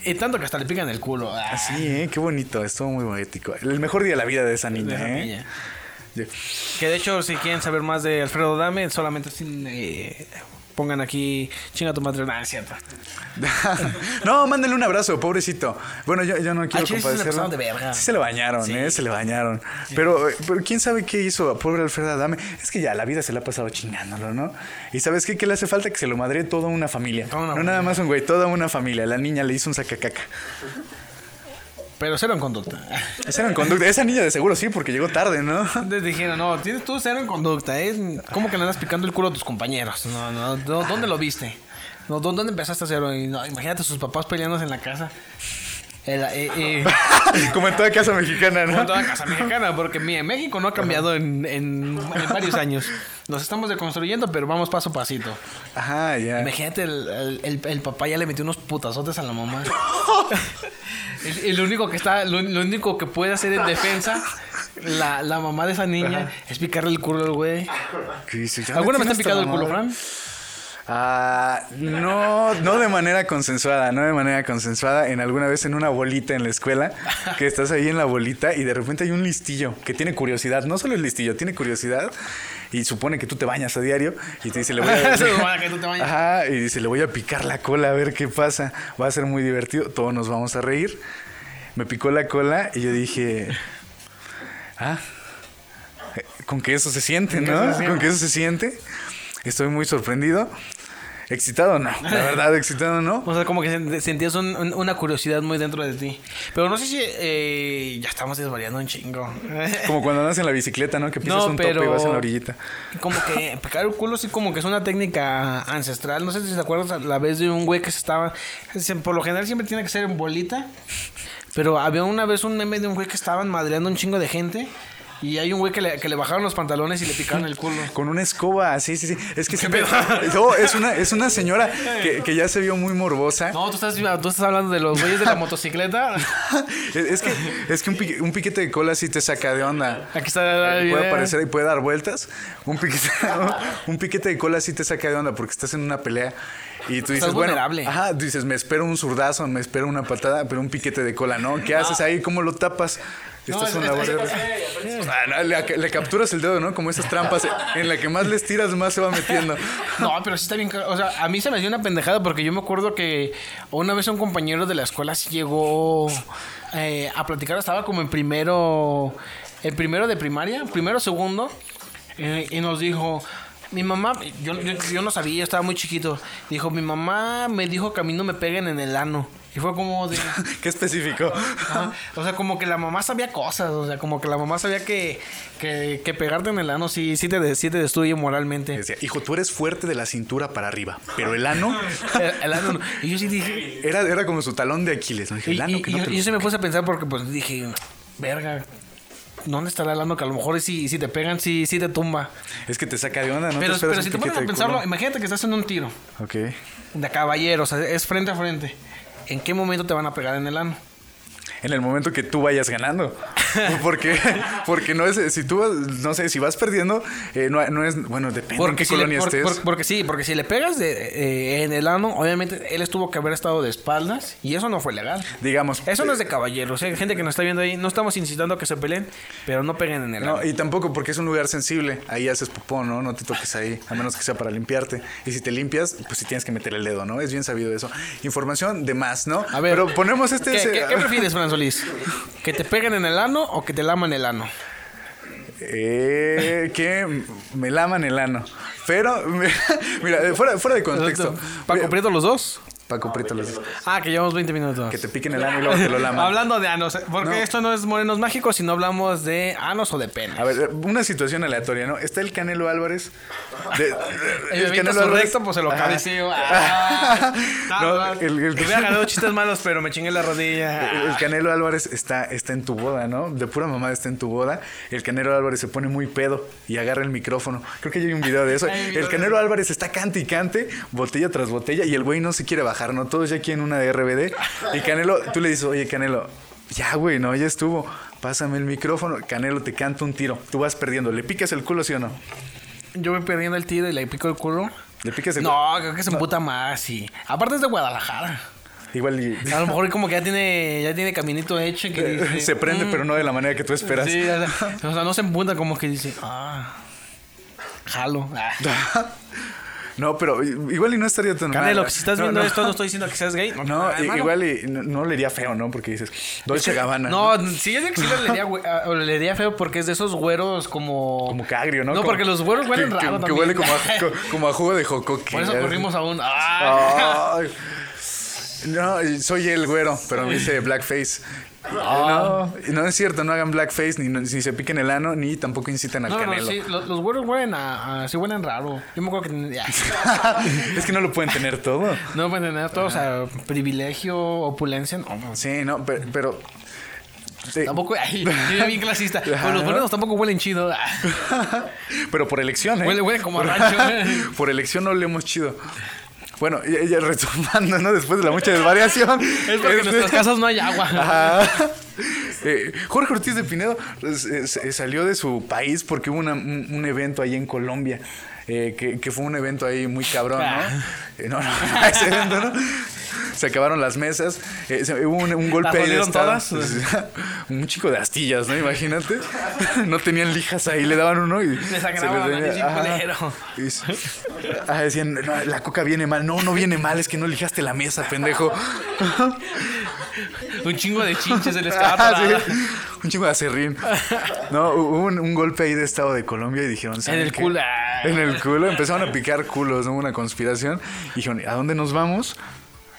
[SPEAKER 3] Y tanto que hasta le pican el culo. Ah,
[SPEAKER 4] Sí, ¿eh? qué bonito, estuvo muy poético. El mejor día de la vida de esa niña,
[SPEAKER 3] esa
[SPEAKER 4] ¿eh?
[SPEAKER 3] niña.
[SPEAKER 4] Ya.
[SPEAKER 3] Que de hecho, si quieren saber más de Alfredo Dame, solamente sin, eh, pongan aquí chinga tu madre. Nah, es cierto.
[SPEAKER 4] no, mándale un abrazo, pobrecito. Bueno, yo, yo no quiero
[SPEAKER 3] Chile sí se la
[SPEAKER 4] compadecerlo.
[SPEAKER 3] pasaron de verga.
[SPEAKER 4] Sí se le bañaron, ¿eh? Se le bañaron. Pero, eh, pero quién sabe qué hizo, pobre Alfredo Adame. Es que ya la vida se la ha pasado chingándolo, ¿no? Y ¿sabes qué? ¿Qué le hace falta? Que se lo madre toda una familia.
[SPEAKER 3] Toda una
[SPEAKER 4] no
[SPEAKER 3] familia.
[SPEAKER 4] nada más un güey, toda una familia. La niña le hizo un sacacaca.
[SPEAKER 3] Pero cero en conducta.
[SPEAKER 4] Esa era en conducta. Esa niña de seguro sí, porque llegó tarde, ¿no?
[SPEAKER 3] Les dijeron, no, tienes tú cero en conducta, ¿eh? ¿Cómo que le andas picando el culo a tus compañeros? No, no, no, ¿dónde lo viste? No, ¿dó- ¿Dónde empezaste a cero? Y no, imagínate sus papás peleándose en la casa. El- eh, eh,
[SPEAKER 4] Como en toda casa mexicana,
[SPEAKER 3] como
[SPEAKER 4] ¿no?
[SPEAKER 3] en toda casa mexicana, porque mira, México no ha cambiado en, en- en varios años. Nos estamos deconstruyendo, pero vamos paso a pasito.
[SPEAKER 4] Ajá, ya.
[SPEAKER 3] Imagínate, el, el- el- el papá ya le metió unos putazotes a la mamá. el, el único que está, lo, lo único que puede hacer en defensa, la, la mamá de esa niña, es picarle el culo al güey.
[SPEAKER 4] ¿Qué dice? Ya
[SPEAKER 3] ¿Alguna vez te
[SPEAKER 4] metí
[SPEAKER 3] han picado el
[SPEAKER 4] hasta la
[SPEAKER 3] culo,
[SPEAKER 4] madre.
[SPEAKER 3] Fran?
[SPEAKER 4] Ah, no, no de manera consensuada, no de manera consensuada. En alguna vez en una bolita en la escuela, que estás ahí en la bolita y de repente hay un listillo que tiene curiosidad. No solo el listillo, tiene curiosidad y supone que tú te bañas a diario y te dice, le voy a.
[SPEAKER 3] Se supone que tú te bañas.
[SPEAKER 4] Ajá, y dice, le voy a picar la cola a ver qué pasa. Va a ser muy divertido, todos nos vamos a reír. Me picó la cola y yo dije, ah, eh, con que eso se siente, ¿no? Con que eso se siente. Estoy muy sorprendido. Excitado no, la verdad, excitado no.
[SPEAKER 3] O sea, como que sen- sentías un- un- una curiosidad muy dentro de ti. Pero no sé si eh, ya estamos desvariando un chingo.
[SPEAKER 4] Como cuando andas en la bicicleta, ¿no? Que pisas
[SPEAKER 3] No,
[SPEAKER 4] un
[SPEAKER 3] pero-
[SPEAKER 4] tope y vas en la orillita.
[SPEAKER 3] Como que picar el culo sí como que es una técnica ancestral. No sé si te acuerdas la vez de un güey que se estaba... se- Por lo general siempre tiene que ser en bolita. Pero había una vez un meme de un güey que estaban madreando un chingo de gente. Y hay un güey que le, que le bajaron los pantalones y le picaron el culo.
[SPEAKER 4] Con una escoba, sí, sí, sí. Es que siempre... No, es una, es una señora que, que ya se vio muy morbosa.
[SPEAKER 3] No, tú estás, tú estás hablando de los güeyes de la motocicleta.
[SPEAKER 4] Es- Es que, es que un, pique- un piquete de cola sí te saca de onda.
[SPEAKER 3] Aquí está el
[SPEAKER 4] Eh, Puede
[SPEAKER 3] video.
[SPEAKER 4] aparecer y puede dar vueltas. Un piquete, un piquete de cola sí te saca de onda porque estás en una pelea y tú dices, bueno,
[SPEAKER 3] vulnerable.
[SPEAKER 4] ajá, tú dices, me espero un zurdazo, me espero una patada, pero un piquete de cola, ¿no? ¿Qué haces ahí? ¿Cómo lo tapas? Estás
[SPEAKER 3] No,
[SPEAKER 4] en
[SPEAKER 3] es-
[SPEAKER 4] la
[SPEAKER 3] es-
[SPEAKER 4] guardia- Ah, no, le, le capturas el dedo, ¿no? Como esas trampas en la que más les tiras, más se va metiendo.
[SPEAKER 3] No, pero sí está bien. ca- O sea, a mí se me dio una pendejada porque yo me acuerdo que una vez un compañero de la escuela sí llegó eh, a platicar. Estaba como en primero, en primero de primaria, primero, segundo. eh, y nos dijo, mi mamá, yo, yo, yo no sabía, yo estaba muy chiquito. Dijo, mi mamá me dijo que a mí no me peguen en el ano. Y fue como de...
[SPEAKER 4] Qué específico.
[SPEAKER 3] Ajá. O sea, como que la mamá sabía cosas. O sea, como que la mamá sabía que, que, que pegarte en el ano sí, sí, te, de- sí te destruye moralmente.
[SPEAKER 4] Decía, hijo, tú eres fuerte de la cintura para arriba, pero el ano
[SPEAKER 3] El- el ano no. Y yo sí dije...
[SPEAKER 4] era, era como su talón de Aquiles. ¿no? Dije,
[SPEAKER 3] Y,
[SPEAKER 4] el ano
[SPEAKER 3] y-
[SPEAKER 4] que
[SPEAKER 3] y
[SPEAKER 4] no
[SPEAKER 3] yo,
[SPEAKER 4] te
[SPEAKER 3] yo
[SPEAKER 4] lo-
[SPEAKER 3] se me puse a pensar porque pues dije... Verga. ¿Dónde estará el ano que a lo mejor si, si te pegan, sí, sí te tumba?
[SPEAKER 4] Es que te saca de onda, ¿no?
[SPEAKER 3] pero
[SPEAKER 4] te
[SPEAKER 3] pero
[SPEAKER 4] esperas
[SPEAKER 3] si te
[SPEAKER 4] un
[SPEAKER 3] pones a
[SPEAKER 4] piquete de
[SPEAKER 3] pensarlo, em- imagínate que estás en un tiro.
[SPEAKER 4] culo? Ok.
[SPEAKER 3] De caballeros, o sea, es frente a frente. ¿En qué momento te van a pegar en el ano?
[SPEAKER 4] En el momento que tú vayas ganando. Porque, porque no es, si tú, vas- no sé, si vas perdiendo, eh, no, no es, bueno, depende en qué
[SPEAKER 3] si le-
[SPEAKER 4] colonia
[SPEAKER 3] por-
[SPEAKER 4] estés.
[SPEAKER 3] por- porque sí, porque si le pegas de- eh, en el ano, obviamente él estuvo que haber estado de espaldas y eso no fue legal.
[SPEAKER 4] digamos.
[SPEAKER 3] Eso no es de
[SPEAKER 4] eh,
[SPEAKER 3] caballeros, ¿eh? gente que nos está viendo ahí, no estamos incitando a que se peleen, pero no peguen en el
[SPEAKER 4] No,
[SPEAKER 3] ano.
[SPEAKER 4] y tampoco porque es un lugar sensible. Ahí haces popó, ¿no? No te toques ahí, a menos que sea para limpiarte. Y si te limpias, pues sí tienes que meter el dedo, ¿no? Es bien sabido eso. Información de más, ¿no?
[SPEAKER 3] A ver,
[SPEAKER 4] Pero ponemos este...
[SPEAKER 3] ¿qué,
[SPEAKER 4] ese-
[SPEAKER 3] qué- qué prefieres, Fran Solís? ¿Que te peguen en el ano o que te laman el ano?
[SPEAKER 4] Eh, que me laman el ano. Pero, mira, fuera, fuera de contexto.
[SPEAKER 3] ¿Paco Prieto los dos?
[SPEAKER 4] Paco Prieto los dice.
[SPEAKER 3] Ah, que llevamos 20 minutos.
[SPEAKER 4] Que te piquen el ano y luego te lo laman.
[SPEAKER 3] Hablando de anos, eh, porque esto no es morenos mágicos, sino hablamos de anos o de penas.
[SPEAKER 4] A ver, una situación aleatoria, ¿no? Está el Canelo Álvarez. De- de-
[SPEAKER 3] El bebito su recto, pues se lo
[SPEAKER 4] Ajá.
[SPEAKER 3] cabeceo.
[SPEAKER 4] Ah.
[SPEAKER 3] Ah.
[SPEAKER 4] No, el- el-
[SPEAKER 3] Hubiera ganado chistes malos, pero me chingué la rodilla.
[SPEAKER 4] El Canelo Álvarez está, está en tu boda, ¿no? De pura mamá está en tu boda. El Canelo Álvarez se pone muy pedo y agarra el micrófono. Creo que ya hay un video de eso.
[SPEAKER 3] Hay un video
[SPEAKER 4] El Canelo Álvarez está cante y cante, botella tras botella, y el güey no se quiere bajar, ¿no? Todos ya quieren una de RBD. Y Canelo, tú le dices, oye, Canelo, ya, güey, no, ya estuvo. Pásame el micrófono. Canelo te canta un tiro. Tú vas perdiendo. ¿Le picas el culo, sí o no?
[SPEAKER 3] Yo voy perdiendo el tiro y le pico el culo.
[SPEAKER 4] ¿Le picas el
[SPEAKER 3] No, creo que se emputa más y... Aparte es de Guadalajara.
[SPEAKER 4] Igual y-
[SPEAKER 3] A lo mejor como que ya tiene, ya tiene caminito hecho y que dice...
[SPEAKER 4] se prende,
[SPEAKER 3] "Mm".
[SPEAKER 4] pero no de la manera que tú esperas.
[SPEAKER 3] Sí, o sea, o sea, no se emputa, como que dice... Ah, jalo. Ah.
[SPEAKER 4] No, pero igual y no estaría tan mal.
[SPEAKER 3] Canelo, que si estás
[SPEAKER 4] No,
[SPEAKER 3] viendo
[SPEAKER 4] no.
[SPEAKER 3] esto, no estoy diciendo que seas gay.
[SPEAKER 4] No,
[SPEAKER 3] Ah,
[SPEAKER 4] i-
[SPEAKER 3] hermano.
[SPEAKER 4] igual y no, no leería feo, ¿no? Porque dices, Dolce Gabbana.
[SPEAKER 3] No, sí, yo digo que sí le leería, güe- a- le leería feo porque es de esos güeros como.
[SPEAKER 4] Como cagrio, ¿no?
[SPEAKER 3] No,
[SPEAKER 4] Como-
[SPEAKER 3] porque los güeros huelen
[SPEAKER 4] que,
[SPEAKER 3] raro.
[SPEAKER 4] que- que
[SPEAKER 3] también.
[SPEAKER 4] huele como a, co- como a jugo de jocoque.
[SPEAKER 3] Por eso
[SPEAKER 4] ya.
[SPEAKER 3] corrimos a un. ¡Ah!
[SPEAKER 4] Ay. No, y soy el güero, pero me dice blackface.
[SPEAKER 3] Ah.
[SPEAKER 4] No, no es cierto, no hagan blackface, ni, ni se piquen el ano, ni tampoco incitan al
[SPEAKER 3] No, no,
[SPEAKER 4] canelo.
[SPEAKER 3] sí, lo- los, güeros huelen a, a- Sí huelen raro. Yo me acuerdo que. tenía-
[SPEAKER 4] es que no lo pueden tener todo.
[SPEAKER 3] No pueden tener todo, o sea, privilegio, opulencia. No, no,
[SPEAKER 4] Sí, no, pero. pero- sí.
[SPEAKER 3] Tampoco. Ay, yo ya bien clasista. Pero los
[SPEAKER 4] Eh, Ajá.
[SPEAKER 3] buenos tampoco huelen chido. Ah,
[SPEAKER 4] Pero por elección, ¿eh?
[SPEAKER 3] Huele- huele como a rancho, ¿eh?
[SPEAKER 4] por elección no leemos chido. Bueno, ya, ya retomando, ¿no? Después de la mucha desvariación.
[SPEAKER 3] Es porque en
[SPEAKER 4] Este-
[SPEAKER 3] nuestras casas no hay agua.
[SPEAKER 4] Ajá. Eh, Jorge Ortiz de Pinedo pues, eh, se- salió de su país porque hubo una- un, un evento ahí en Colombia. eh, que, que fue un evento ahí muy cabrón,
[SPEAKER 3] Ah.
[SPEAKER 4] ¿no? Eh, no, no, ese evento, ¿no? Se acabaron las mesas, eh, se- hubo un, un golpe
[SPEAKER 3] ¿Las
[SPEAKER 4] ahí de
[SPEAKER 3] jodieron
[SPEAKER 4] estado.
[SPEAKER 3] todas?
[SPEAKER 4] un chico de astillas, ¿no? Imagínate. No tenían lijas ahí, le daban uno y.
[SPEAKER 3] Les agravaban,
[SPEAKER 4] se les venía-
[SPEAKER 3] así,
[SPEAKER 4] Ajá.
[SPEAKER 3] culero.
[SPEAKER 4] Y s- ah, decían, "No, la coca viene mal. No, no viene mal, es que no lijaste la mesa, pendejo.
[SPEAKER 3] Un chingo de chinches se les queda
[SPEAKER 4] Ah,
[SPEAKER 3] atorada.
[SPEAKER 4] sí. Un chingo de acerrín. No, hubo un, un golpe ahí de Estado de Colombia y dijeron...
[SPEAKER 3] En
[SPEAKER 4] "¿Saben
[SPEAKER 3] el
[SPEAKER 4] qué?
[SPEAKER 3] culo.
[SPEAKER 4] En el culo. Empezaron a picar culos, ¿no? Una conspiración. Y dijeron, ¿a dónde nos vamos?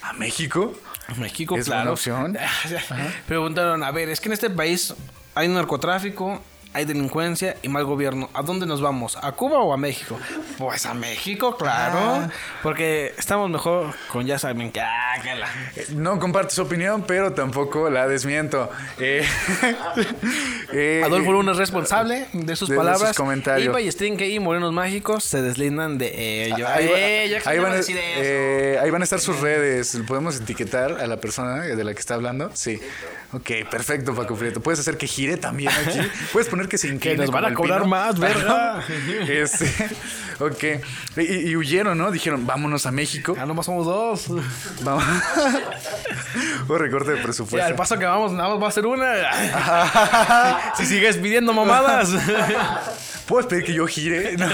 [SPEAKER 4] ¿A México?
[SPEAKER 3] México,
[SPEAKER 4] Es
[SPEAKER 3] claro. Ah,
[SPEAKER 4] buena opción.
[SPEAKER 3] Preguntaron, a ver, es que en este país hay narcotráfico, hay delincuencia y mal gobierno. ¿A dónde nos vamos? ¿A Cuba o a México? Pues a México, claro. Porque estamos mejor con ya saben que... ah, que la-
[SPEAKER 4] Eh, No comparto su opinión, pero tampoco la desmiento. Eh, eh,
[SPEAKER 3] Adolfo Luna es responsable de sus
[SPEAKER 4] de- de sus
[SPEAKER 3] palabras.
[SPEAKER 4] comentarios.
[SPEAKER 3] Y Ballestrinque y Morenos Mágicos se deslindan de ello.
[SPEAKER 4] Ah, Ahí, va-
[SPEAKER 3] Eh, ya que
[SPEAKER 4] ahí
[SPEAKER 3] no
[SPEAKER 4] van,
[SPEAKER 3] va a
[SPEAKER 4] a-
[SPEAKER 3] decir eso.
[SPEAKER 4] eh, ahí van a estar sus redes. ¿Podemos etiquetar a la persona de la que está hablando? Sí. Ok, perfecto, Paco Prieto. Puedes hacer que gire también aquí. Puedes poner que se incline.
[SPEAKER 3] nos van
[SPEAKER 4] como
[SPEAKER 3] a
[SPEAKER 4] el
[SPEAKER 3] cobrar
[SPEAKER 4] pino.
[SPEAKER 3] más, verga.
[SPEAKER 4] este, ok. Y, y- y huyeron, ¿no? Dijeron, vámonos a México.
[SPEAKER 3] Ya Ah, nomás somos dos.
[SPEAKER 4] Vamos. Un recorte de
[SPEAKER 3] Ya, al
[SPEAKER 4] presupuesto.
[SPEAKER 3] paso que vamos, nada más va a ser una. si sigues pidiendo mamadas.
[SPEAKER 4] ¿Puedes pedir que yo gire? No,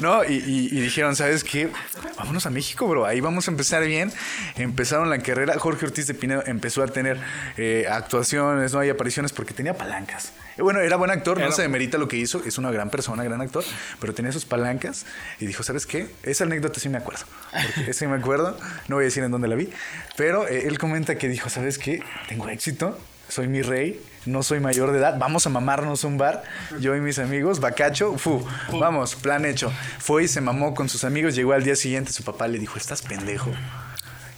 [SPEAKER 4] No, y, y- y dijeron, ¿sabes qué? Vámonos a México, bro. Ahí vamos a empezar bien. Empezaron la carrera. Jorge Ortiz de Pinedo empezó a tener eh, actuaciones, no hay apariciones porque tenía palancas. Eh, Bueno, era buen actor, no
[SPEAKER 3] Era-
[SPEAKER 4] se demerita lo que hizo, es una gran persona, gran actor, pero tenía sus palancas y dijo, ¿sabes qué? Esa anécdota sí me acuerdo, porque esa sí me acuerdo, no voy a decir en dónde la vi, pero eh, él comenta que dijo, ¿sabes qué? Tengo éxito, soy mi rey, no soy mayor de edad, vamos a mamarnos un bar, yo y mis amigos, bacacho, fu, vamos, plan hecho. Fue y se mamó con sus amigos, llegó al día siguiente, su papá le dijo, estás pendejo,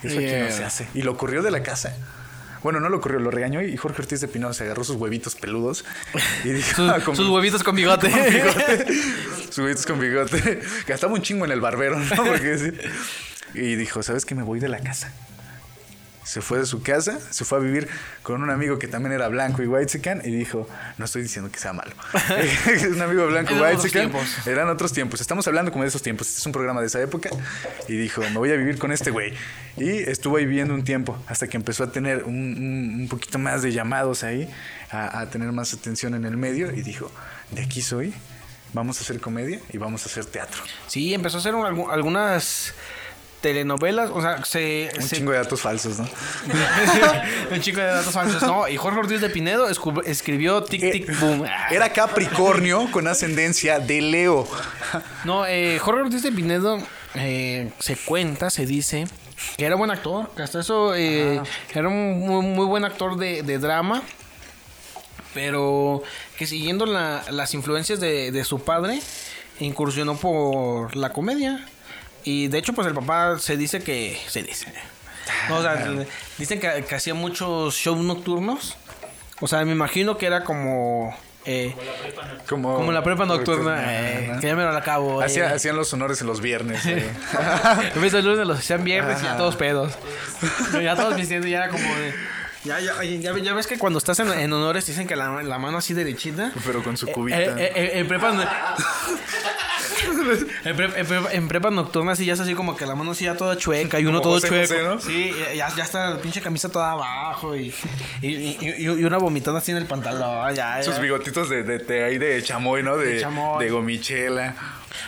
[SPEAKER 4] eso aquí no
[SPEAKER 3] Yeah.
[SPEAKER 4] se hace. Y lo corrió de la casa. Bueno, no lo corrió, lo regañó y Jorge Ortiz de Pinón se agarró sus huevitos peludos y dijo,
[SPEAKER 3] Sus,
[SPEAKER 4] "Ah, con
[SPEAKER 3] sus huevitos con bigote.
[SPEAKER 4] bigote". sus huevitos con bigote. Gastaba un chingo en el barbero, ¿no? Porque sí. Y dijo, ¿sabes qué? Me voy de la casa. Se fue de su casa, se fue a vivir con un amigo que también era blanco y whitezican y dijo, no estoy diciendo que sea malo. un amigo blanco y
[SPEAKER 3] Eran otros
[SPEAKER 4] whitezican.
[SPEAKER 3] tiempos.
[SPEAKER 4] Eran otros tiempos. Estamos hablando como de esos tiempos. Este es un programa de esa época. Y dijo, me voy a vivir con este güey. Y estuvo ahí viviendo un tiempo hasta que empezó a tener un, un- un poquito más de llamados ahí, a, a tener más atención en el medio. Y dijo, de aquí soy, vamos a hacer comedia y vamos a hacer teatro.
[SPEAKER 3] sí, empezó a hacer un- algu- algunas telenovelas. O sea, se.
[SPEAKER 4] Un
[SPEAKER 3] se-
[SPEAKER 4] chingo de datos falsos, ¿no?
[SPEAKER 3] un chico de datos falsos. No, y Jorge Ortiz de Pinedo escu- escribió
[SPEAKER 4] Eh,
[SPEAKER 3] Tic Tic Boom.
[SPEAKER 4] Era Capricornio con ascendencia de Leo.
[SPEAKER 3] No, eh, Jorge Ortiz de Pinedo eh, se cuenta, se dice que era buen actor. que hasta eso eh,
[SPEAKER 4] Ah.
[SPEAKER 3] era un muy, muy buen actor de, de drama. Pero que siguiendo la- las influencias de, de su padre, incursionó por la comedia. Y de hecho, pues el papá se dice que. Se dice. No, o sea,
[SPEAKER 4] Ah.
[SPEAKER 3] dicen que, que hacía muchos shows nocturnos. O sea, me imagino que era como. eh,
[SPEAKER 4] Como,
[SPEAKER 3] como la prepa nocturna. eh,
[SPEAKER 4] Ajá.
[SPEAKER 3] que ya me lo acabo. eh.
[SPEAKER 4] Hacía- hacían los honores en los viernes. eh.
[SPEAKER 3] En vez de lunes los hacían viernes y ya todos pedos. Pero ya todos vistiendo ya era como de... Ya, ya, oye, ya, ve- ya ves que cuando estás en, en honores dicen que la, la mano así derechita.
[SPEAKER 4] Pero con su
[SPEAKER 3] Eh,
[SPEAKER 4] cubita.
[SPEAKER 3] eh, eh, eh, en prepa... no- En, pre- en prepa, en prepa nocturna así ya es así como que la mano así ya toda chueca y uno
[SPEAKER 4] Como
[SPEAKER 3] todo
[SPEAKER 4] José
[SPEAKER 3] chueco.
[SPEAKER 4] José, ¿no?
[SPEAKER 3] Sí, eh, ya, ya está la pinche camisa toda abajo y, y, y- y- y una vomitada así en el pantalón. Ya, ya.
[SPEAKER 4] Sus bigotitos de, de, de ahí de chamoy, ¿no? De,
[SPEAKER 3] De chamoy.
[SPEAKER 4] de gomichela.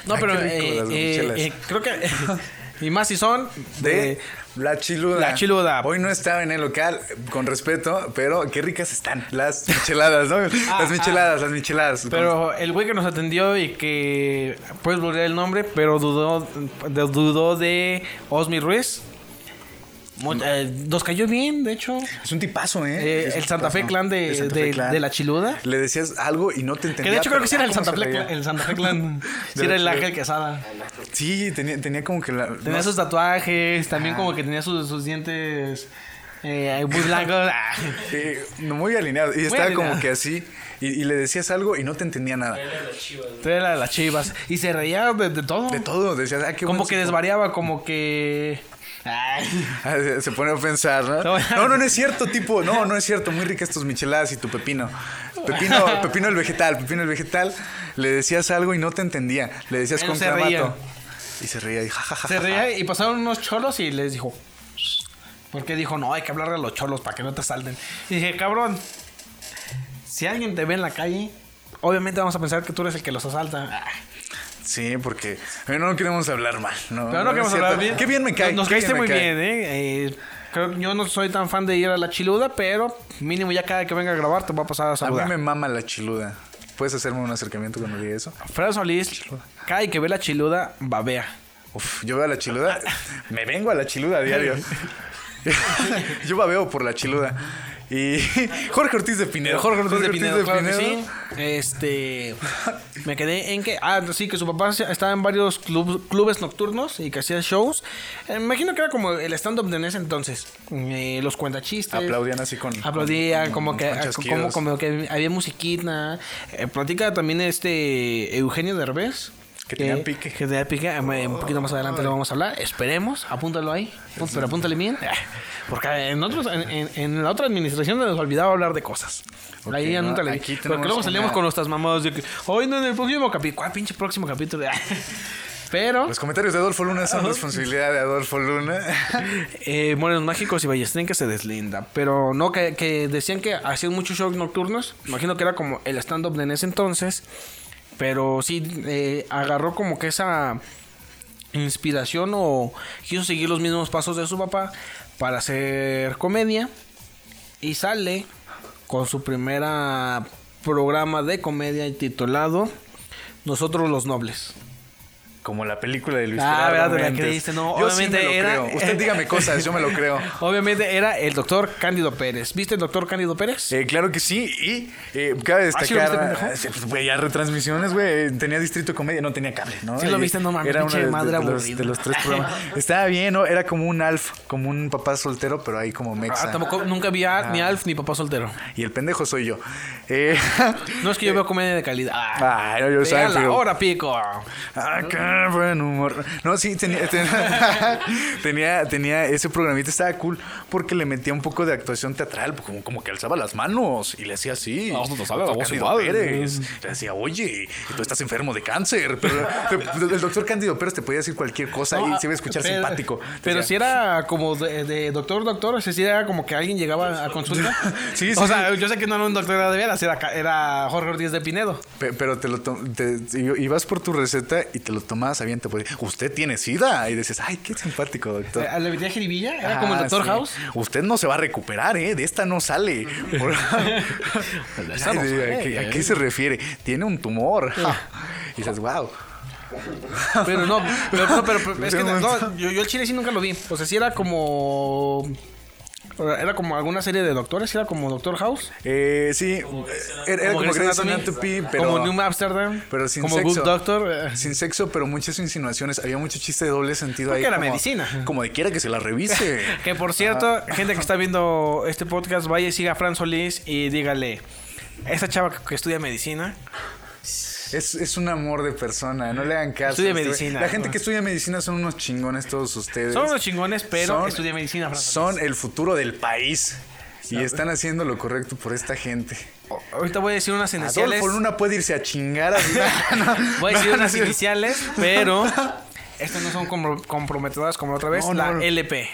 [SPEAKER 3] No,
[SPEAKER 4] Ay,
[SPEAKER 3] pero
[SPEAKER 4] qué rico,
[SPEAKER 3] eh,
[SPEAKER 4] las
[SPEAKER 3] eh,
[SPEAKER 4] gomichelas.
[SPEAKER 3] eh, creo que... y más si son
[SPEAKER 4] de
[SPEAKER 3] de
[SPEAKER 4] la chiluda.
[SPEAKER 3] La Chiluda.
[SPEAKER 4] Hoy no estaba en el local, con respeto, pero qué ricas están las micheladas, ¿no?
[SPEAKER 3] ah.
[SPEAKER 4] las micheladas, las micheladas.
[SPEAKER 3] Pero el güey que nos atendió y que puedes volver el nombre, pero dudó de, dudó de Osmi Ruiz. Mu- eh, nos cayó bien, de hecho.
[SPEAKER 4] es un tipazo, ¿eh?
[SPEAKER 3] Eh,
[SPEAKER 4] Es un
[SPEAKER 3] el Santa Fe
[SPEAKER 4] tipazo.
[SPEAKER 3] Clan de-
[SPEAKER 4] El Santa Fe
[SPEAKER 3] de-
[SPEAKER 4] Clan.
[SPEAKER 3] de la Chiluda.
[SPEAKER 4] Le decías algo y no te entendía.
[SPEAKER 3] Que de hecho creo
[SPEAKER 4] pero
[SPEAKER 3] que sí era el
[SPEAKER 4] ¿cómo
[SPEAKER 3] Santa
[SPEAKER 4] se
[SPEAKER 3] Fe
[SPEAKER 4] reía?
[SPEAKER 3] Clan. El Santa Fe Clan. Sí
[SPEAKER 4] De
[SPEAKER 3] era
[SPEAKER 4] la
[SPEAKER 3] el
[SPEAKER 4] Chiluda.
[SPEAKER 3] Ángel Quesada.
[SPEAKER 4] Sí, tenía, tenía como que la.
[SPEAKER 3] Tenía
[SPEAKER 4] no- Ah.
[SPEAKER 3] sus tatuajes, también como que tenía sus, sus dientes eh, muy blancos. Ah.
[SPEAKER 4] Eh, no, muy alineado. Y estaba
[SPEAKER 3] alineado.
[SPEAKER 4] como que así. Y, y le decías algo y no te entendía nada.
[SPEAKER 3] Tú era de las chivas. Y se reía de, de todo.
[SPEAKER 4] De todo. Decías, ah, qué
[SPEAKER 3] Como
[SPEAKER 4] buen
[SPEAKER 3] que
[SPEAKER 4] tipo.
[SPEAKER 3] desvariaba, como que... Ay.
[SPEAKER 4] Ah, se- Se pone a pensar, ¿no?
[SPEAKER 3] No.
[SPEAKER 4] No, no, no es cierto, tipo. No, no es cierto. Muy ricas tus micheladas y tu pepino. Pepino, pepino el vegetal, pepino el vegetal. Le decías algo y no te entendía. Le decías
[SPEAKER 3] Pero
[SPEAKER 4] con
[SPEAKER 3] se reía.
[SPEAKER 4] clamato. Y se reía y jajaja.
[SPEAKER 3] Se reía y pasaron unos cholos y les dijo. Porque dijo, no, hay que hablarle a los cholos para que no te salten. Y dije, cabrón, si alguien te ve en la calle, obviamente vamos a pensar que tú eres el que los asalta. Ah,
[SPEAKER 4] Sí, porque eh, no queremos hablar mal. No,
[SPEAKER 3] Pero no
[SPEAKER 4] es
[SPEAKER 3] queremos
[SPEAKER 4] cierto.
[SPEAKER 3] hablar bien.
[SPEAKER 4] Qué bien me cae.
[SPEAKER 3] Nos
[SPEAKER 4] qué
[SPEAKER 3] caíste
[SPEAKER 4] me
[SPEAKER 3] muy
[SPEAKER 4] cae.
[SPEAKER 3] bien, ¿eh? Eh, Creo que yo no soy tan fan de ir a la chiluda, pero mínimo ya cada que venga a grabar te voy a pasar a
[SPEAKER 4] A
[SPEAKER 3] saludar.
[SPEAKER 4] mí me mama la chiluda. ¿Puedes hacerme un acercamiento cuando diga eso?
[SPEAKER 3] Fran Solís, cada que ve la chiluda, babea.
[SPEAKER 4] Uf, yo veo a la chiluda. Me vengo a la chiluda a diario. yo babeo por la chiluda. Y Jorge Ortiz de Pinedo.
[SPEAKER 3] Jorge Ortiz de Pinedo, claro que
[SPEAKER 4] Pinedo.
[SPEAKER 3] sí. Este. Me quedé en que. Ah, sí, que su papá se- estaba en varios clubs- clubes nocturnos y que hacía shows. Eh, Me imagino que era como el stand-up de en ese entonces. Eh, los cuentachistes.
[SPEAKER 4] Aplaudían así con-
[SPEAKER 3] Aplaudían,
[SPEAKER 4] con-
[SPEAKER 3] como
[SPEAKER 4] con
[SPEAKER 3] que. ah, Como,
[SPEAKER 4] chasquidos.
[SPEAKER 3] como que había musiquita. Eh, platica también este Eugenio Derbez.
[SPEAKER 4] Que tenían pique.
[SPEAKER 3] Que tenía pique. Eh, Un poquito más adelante lo vamos a hablar. Esperemos. Apúntalo ahí.
[SPEAKER 4] Pues
[SPEAKER 3] Apú- Pero apúntale bien. Eh, Porque en, otros, en, en- en la otra administración nos olvidaba hablar de cosas. ahí ya
[SPEAKER 4] no,
[SPEAKER 3] nunca le vi.
[SPEAKER 4] aquí
[SPEAKER 3] Porque
[SPEAKER 4] tenemos
[SPEAKER 3] luego salíamos
[SPEAKER 4] una-
[SPEAKER 3] con nuestras mamadas de que, hoy no en el próximo capítulo. ¿Cuál pinche próximo capítulo? Pero,
[SPEAKER 4] Los comentarios de Adolfo Luna son responsabilidad de Adolfo Luna.
[SPEAKER 3] eh, Morenos Mágicos y Ballestén que se deslinda. Pero no, que, que decían que hacían muchos shows nocturnos. Imagino que era como el stand-up de en ese entonces. Pero sí, eh, agarró como que esa inspiración o quiso seguir los mismos pasos de su papá para hacer comedia. Y sale con su primera programa de comedia titulado Nosotros los Nobles.
[SPEAKER 4] Como la película de Luis
[SPEAKER 3] Ah,
[SPEAKER 4] Gerardo
[SPEAKER 3] ¿verdad? Te la
[SPEAKER 4] Méndez.
[SPEAKER 3] creíste, no,
[SPEAKER 4] Yo sí
[SPEAKER 3] obviamente
[SPEAKER 4] me lo
[SPEAKER 3] era-
[SPEAKER 4] creo. Usted dígame cosas, yo me lo creo.
[SPEAKER 3] Obviamente era el doctor Cándido Pérez. ¿Viste el doctor Cándido Pérez?
[SPEAKER 4] Eh, claro que sí, y eh, cabe
[SPEAKER 3] ¿Ah, sí lo viste,
[SPEAKER 4] destacar.
[SPEAKER 3] pendejo?
[SPEAKER 4] eh, pues, Güey, ya retransmisiones, güey. Tenía Distrito Comedia, no tenía cable, ¿no?
[SPEAKER 3] Sí lo
[SPEAKER 4] Y
[SPEAKER 3] viste, no mames,
[SPEAKER 4] Era uno
[SPEAKER 3] pinche
[SPEAKER 4] de,
[SPEAKER 3] madre
[SPEAKER 4] de los,
[SPEAKER 3] aburrida.
[SPEAKER 4] de los tres programas. Estaba bien, ¿no? Era como un Alf, como un papá soltero, pero ahí como
[SPEAKER 3] Ah,
[SPEAKER 4] mexa.
[SPEAKER 3] tampoco, nunca vi a- ni Alf ni Papá Soltero.
[SPEAKER 4] Y el pendejo soy yo. Eh,
[SPEAKER 3] No es que yo veo comedia de calidad. Ah,
[SPEAKER 4] Ay, no, yo
[SPEAKER 3] ve
[SPEAKER 4] saben,
[SPEAKER 3] a la
[SPEAKER 4] pero-
[SPEAKER 3] hora pico.
[SPEAKER 4] Ah, qué buen humor. No, sí, tenía, tenía, tenía, tenía ese programita, estaba cool, porque le metía un poco de actuación teatral, como, como que alzaba las manos y le hacía así.
[SPEAKER 5] Ah, no sabe, la
[SPEAKER 4] Doctor
[SPEAKER 5] voz
[SPEAKER 4] Cándido
[SPEAKER 5] igual.
[SPEAKER 4] Pérez. Le decía, oye, tú estás enfermo de cáncer. Pero, pero el doctor Cándido Pérez te podía decir cualquier cosa y se iba a escuchar
[SPEAKER 3] Pero-
[SPEAKER 4] simpático.
[SPEAKER 3] Pero si era como de, de doctor, doctor, o sea, si era como que alguien llegaba a consulta.
[SPEAKER 4] Sí, sí,
[SPEAKER 3] O sea, yo sé que no era un doctor de veras, era, ca- era Jorge Ortiz de Pinedo.
[SPEAKER 4] Pe- Pero te lo to- te- te- ibas por tu receta y te lo tomabas a bien. Te podía, usted tiene sida. Y dices, ay, qué simpático, doctor.
[SPEAKER 3] Eh, ¿Le metía jiribilla? ¿Era como el
[SPEAKER 4] Ah,
[SPEAKER 3] doctor
[SPEAKER 4] sí.
[SPEAKER 3] House?
[SPEAKER 4] Usted no se va a recuperar, ¿eh? De esta no sale. Por-
[SPEAKER 3] esta no
[SPEAKER 4] Ay, de-
[SPEAKER 3] sale,
[SPEAKER 4] ¿a, qué, a
[SPEAKER 3] eh.
[SPEAKER 4] qué se refiere? Tiene un tumor. Ja. y dices, wow.
[SPEAKER 3] Pero no, pero, no, pero- pero es que
[SPEAKER 4] Pero
[SPEAKER 3] no, yo, yo el chile sí nunca lo vi. O sea, sí era como. Era como alguna serie de doctores, sí era como Doctor House.
[SPEAKER 4] Eh, sí, era, era como Grey's Anatomy, pero...
[SPEAKER 3] como New Amsterdam,
[SPEAKER 4] pero sin
[SPEAKER 3] como
[SPEAKER 4] sexo.
[SPEAKER 3] Good Doctor. eh.
[SPEAKER 4] Sin sexo, pero muchas insinuaciones. Había mucho chiste de doble sentido
[SPEAKER 3] Porque
[SPEAKER 4] ahí.
[SPEAKER 3] era
[SPEAKER 4] como-
[SPEAKER 3] medicina.
[SPEAKER 4] Como de quiera que se la revise.
[SPEAKER 3] Que por cierto, gente que está viendo este podcast, vaya y siga a Fran Solís y dígale: Esa chava que, que estudia medicina,
[SPEAKER 4] Es, es un amor de persona, no le hagan caso.
[SPEAKER 3] Estudia
[SPEAKER 4] Este-
[SPEAKER 3] medicina.
[SPEAKER 4] La gente que estudia medicina son unos chingones todos ustedes.
[SPEAKER 3] son unos chingones, pero
[SPEAKER 4] Son-
[SPEAKER 3] estudia medicina, Fran Solís.
[SPEAKER 4] Son el futuro del país. Y están haciendo lo correcto por esta gente.
[SPEAKER 3] Ahorita voy a decir unas iniciales.
[SPEAKER 4] Adolfo Luna puede irse a chingar a no,
[SPEAKER 3] Voy a decir
[SPEAKER 4] no,
[SPEAKER 3] unas
[SPEAKER 4] no,
[SPEAKER 3] iniciales, pero estas no son compro- comprometedoras como la otra vez.
[SPEAKER 4] No, no,
[SPEAKER 3] la
[SPEAKER 4] no.
[SPEAKER 3] LP,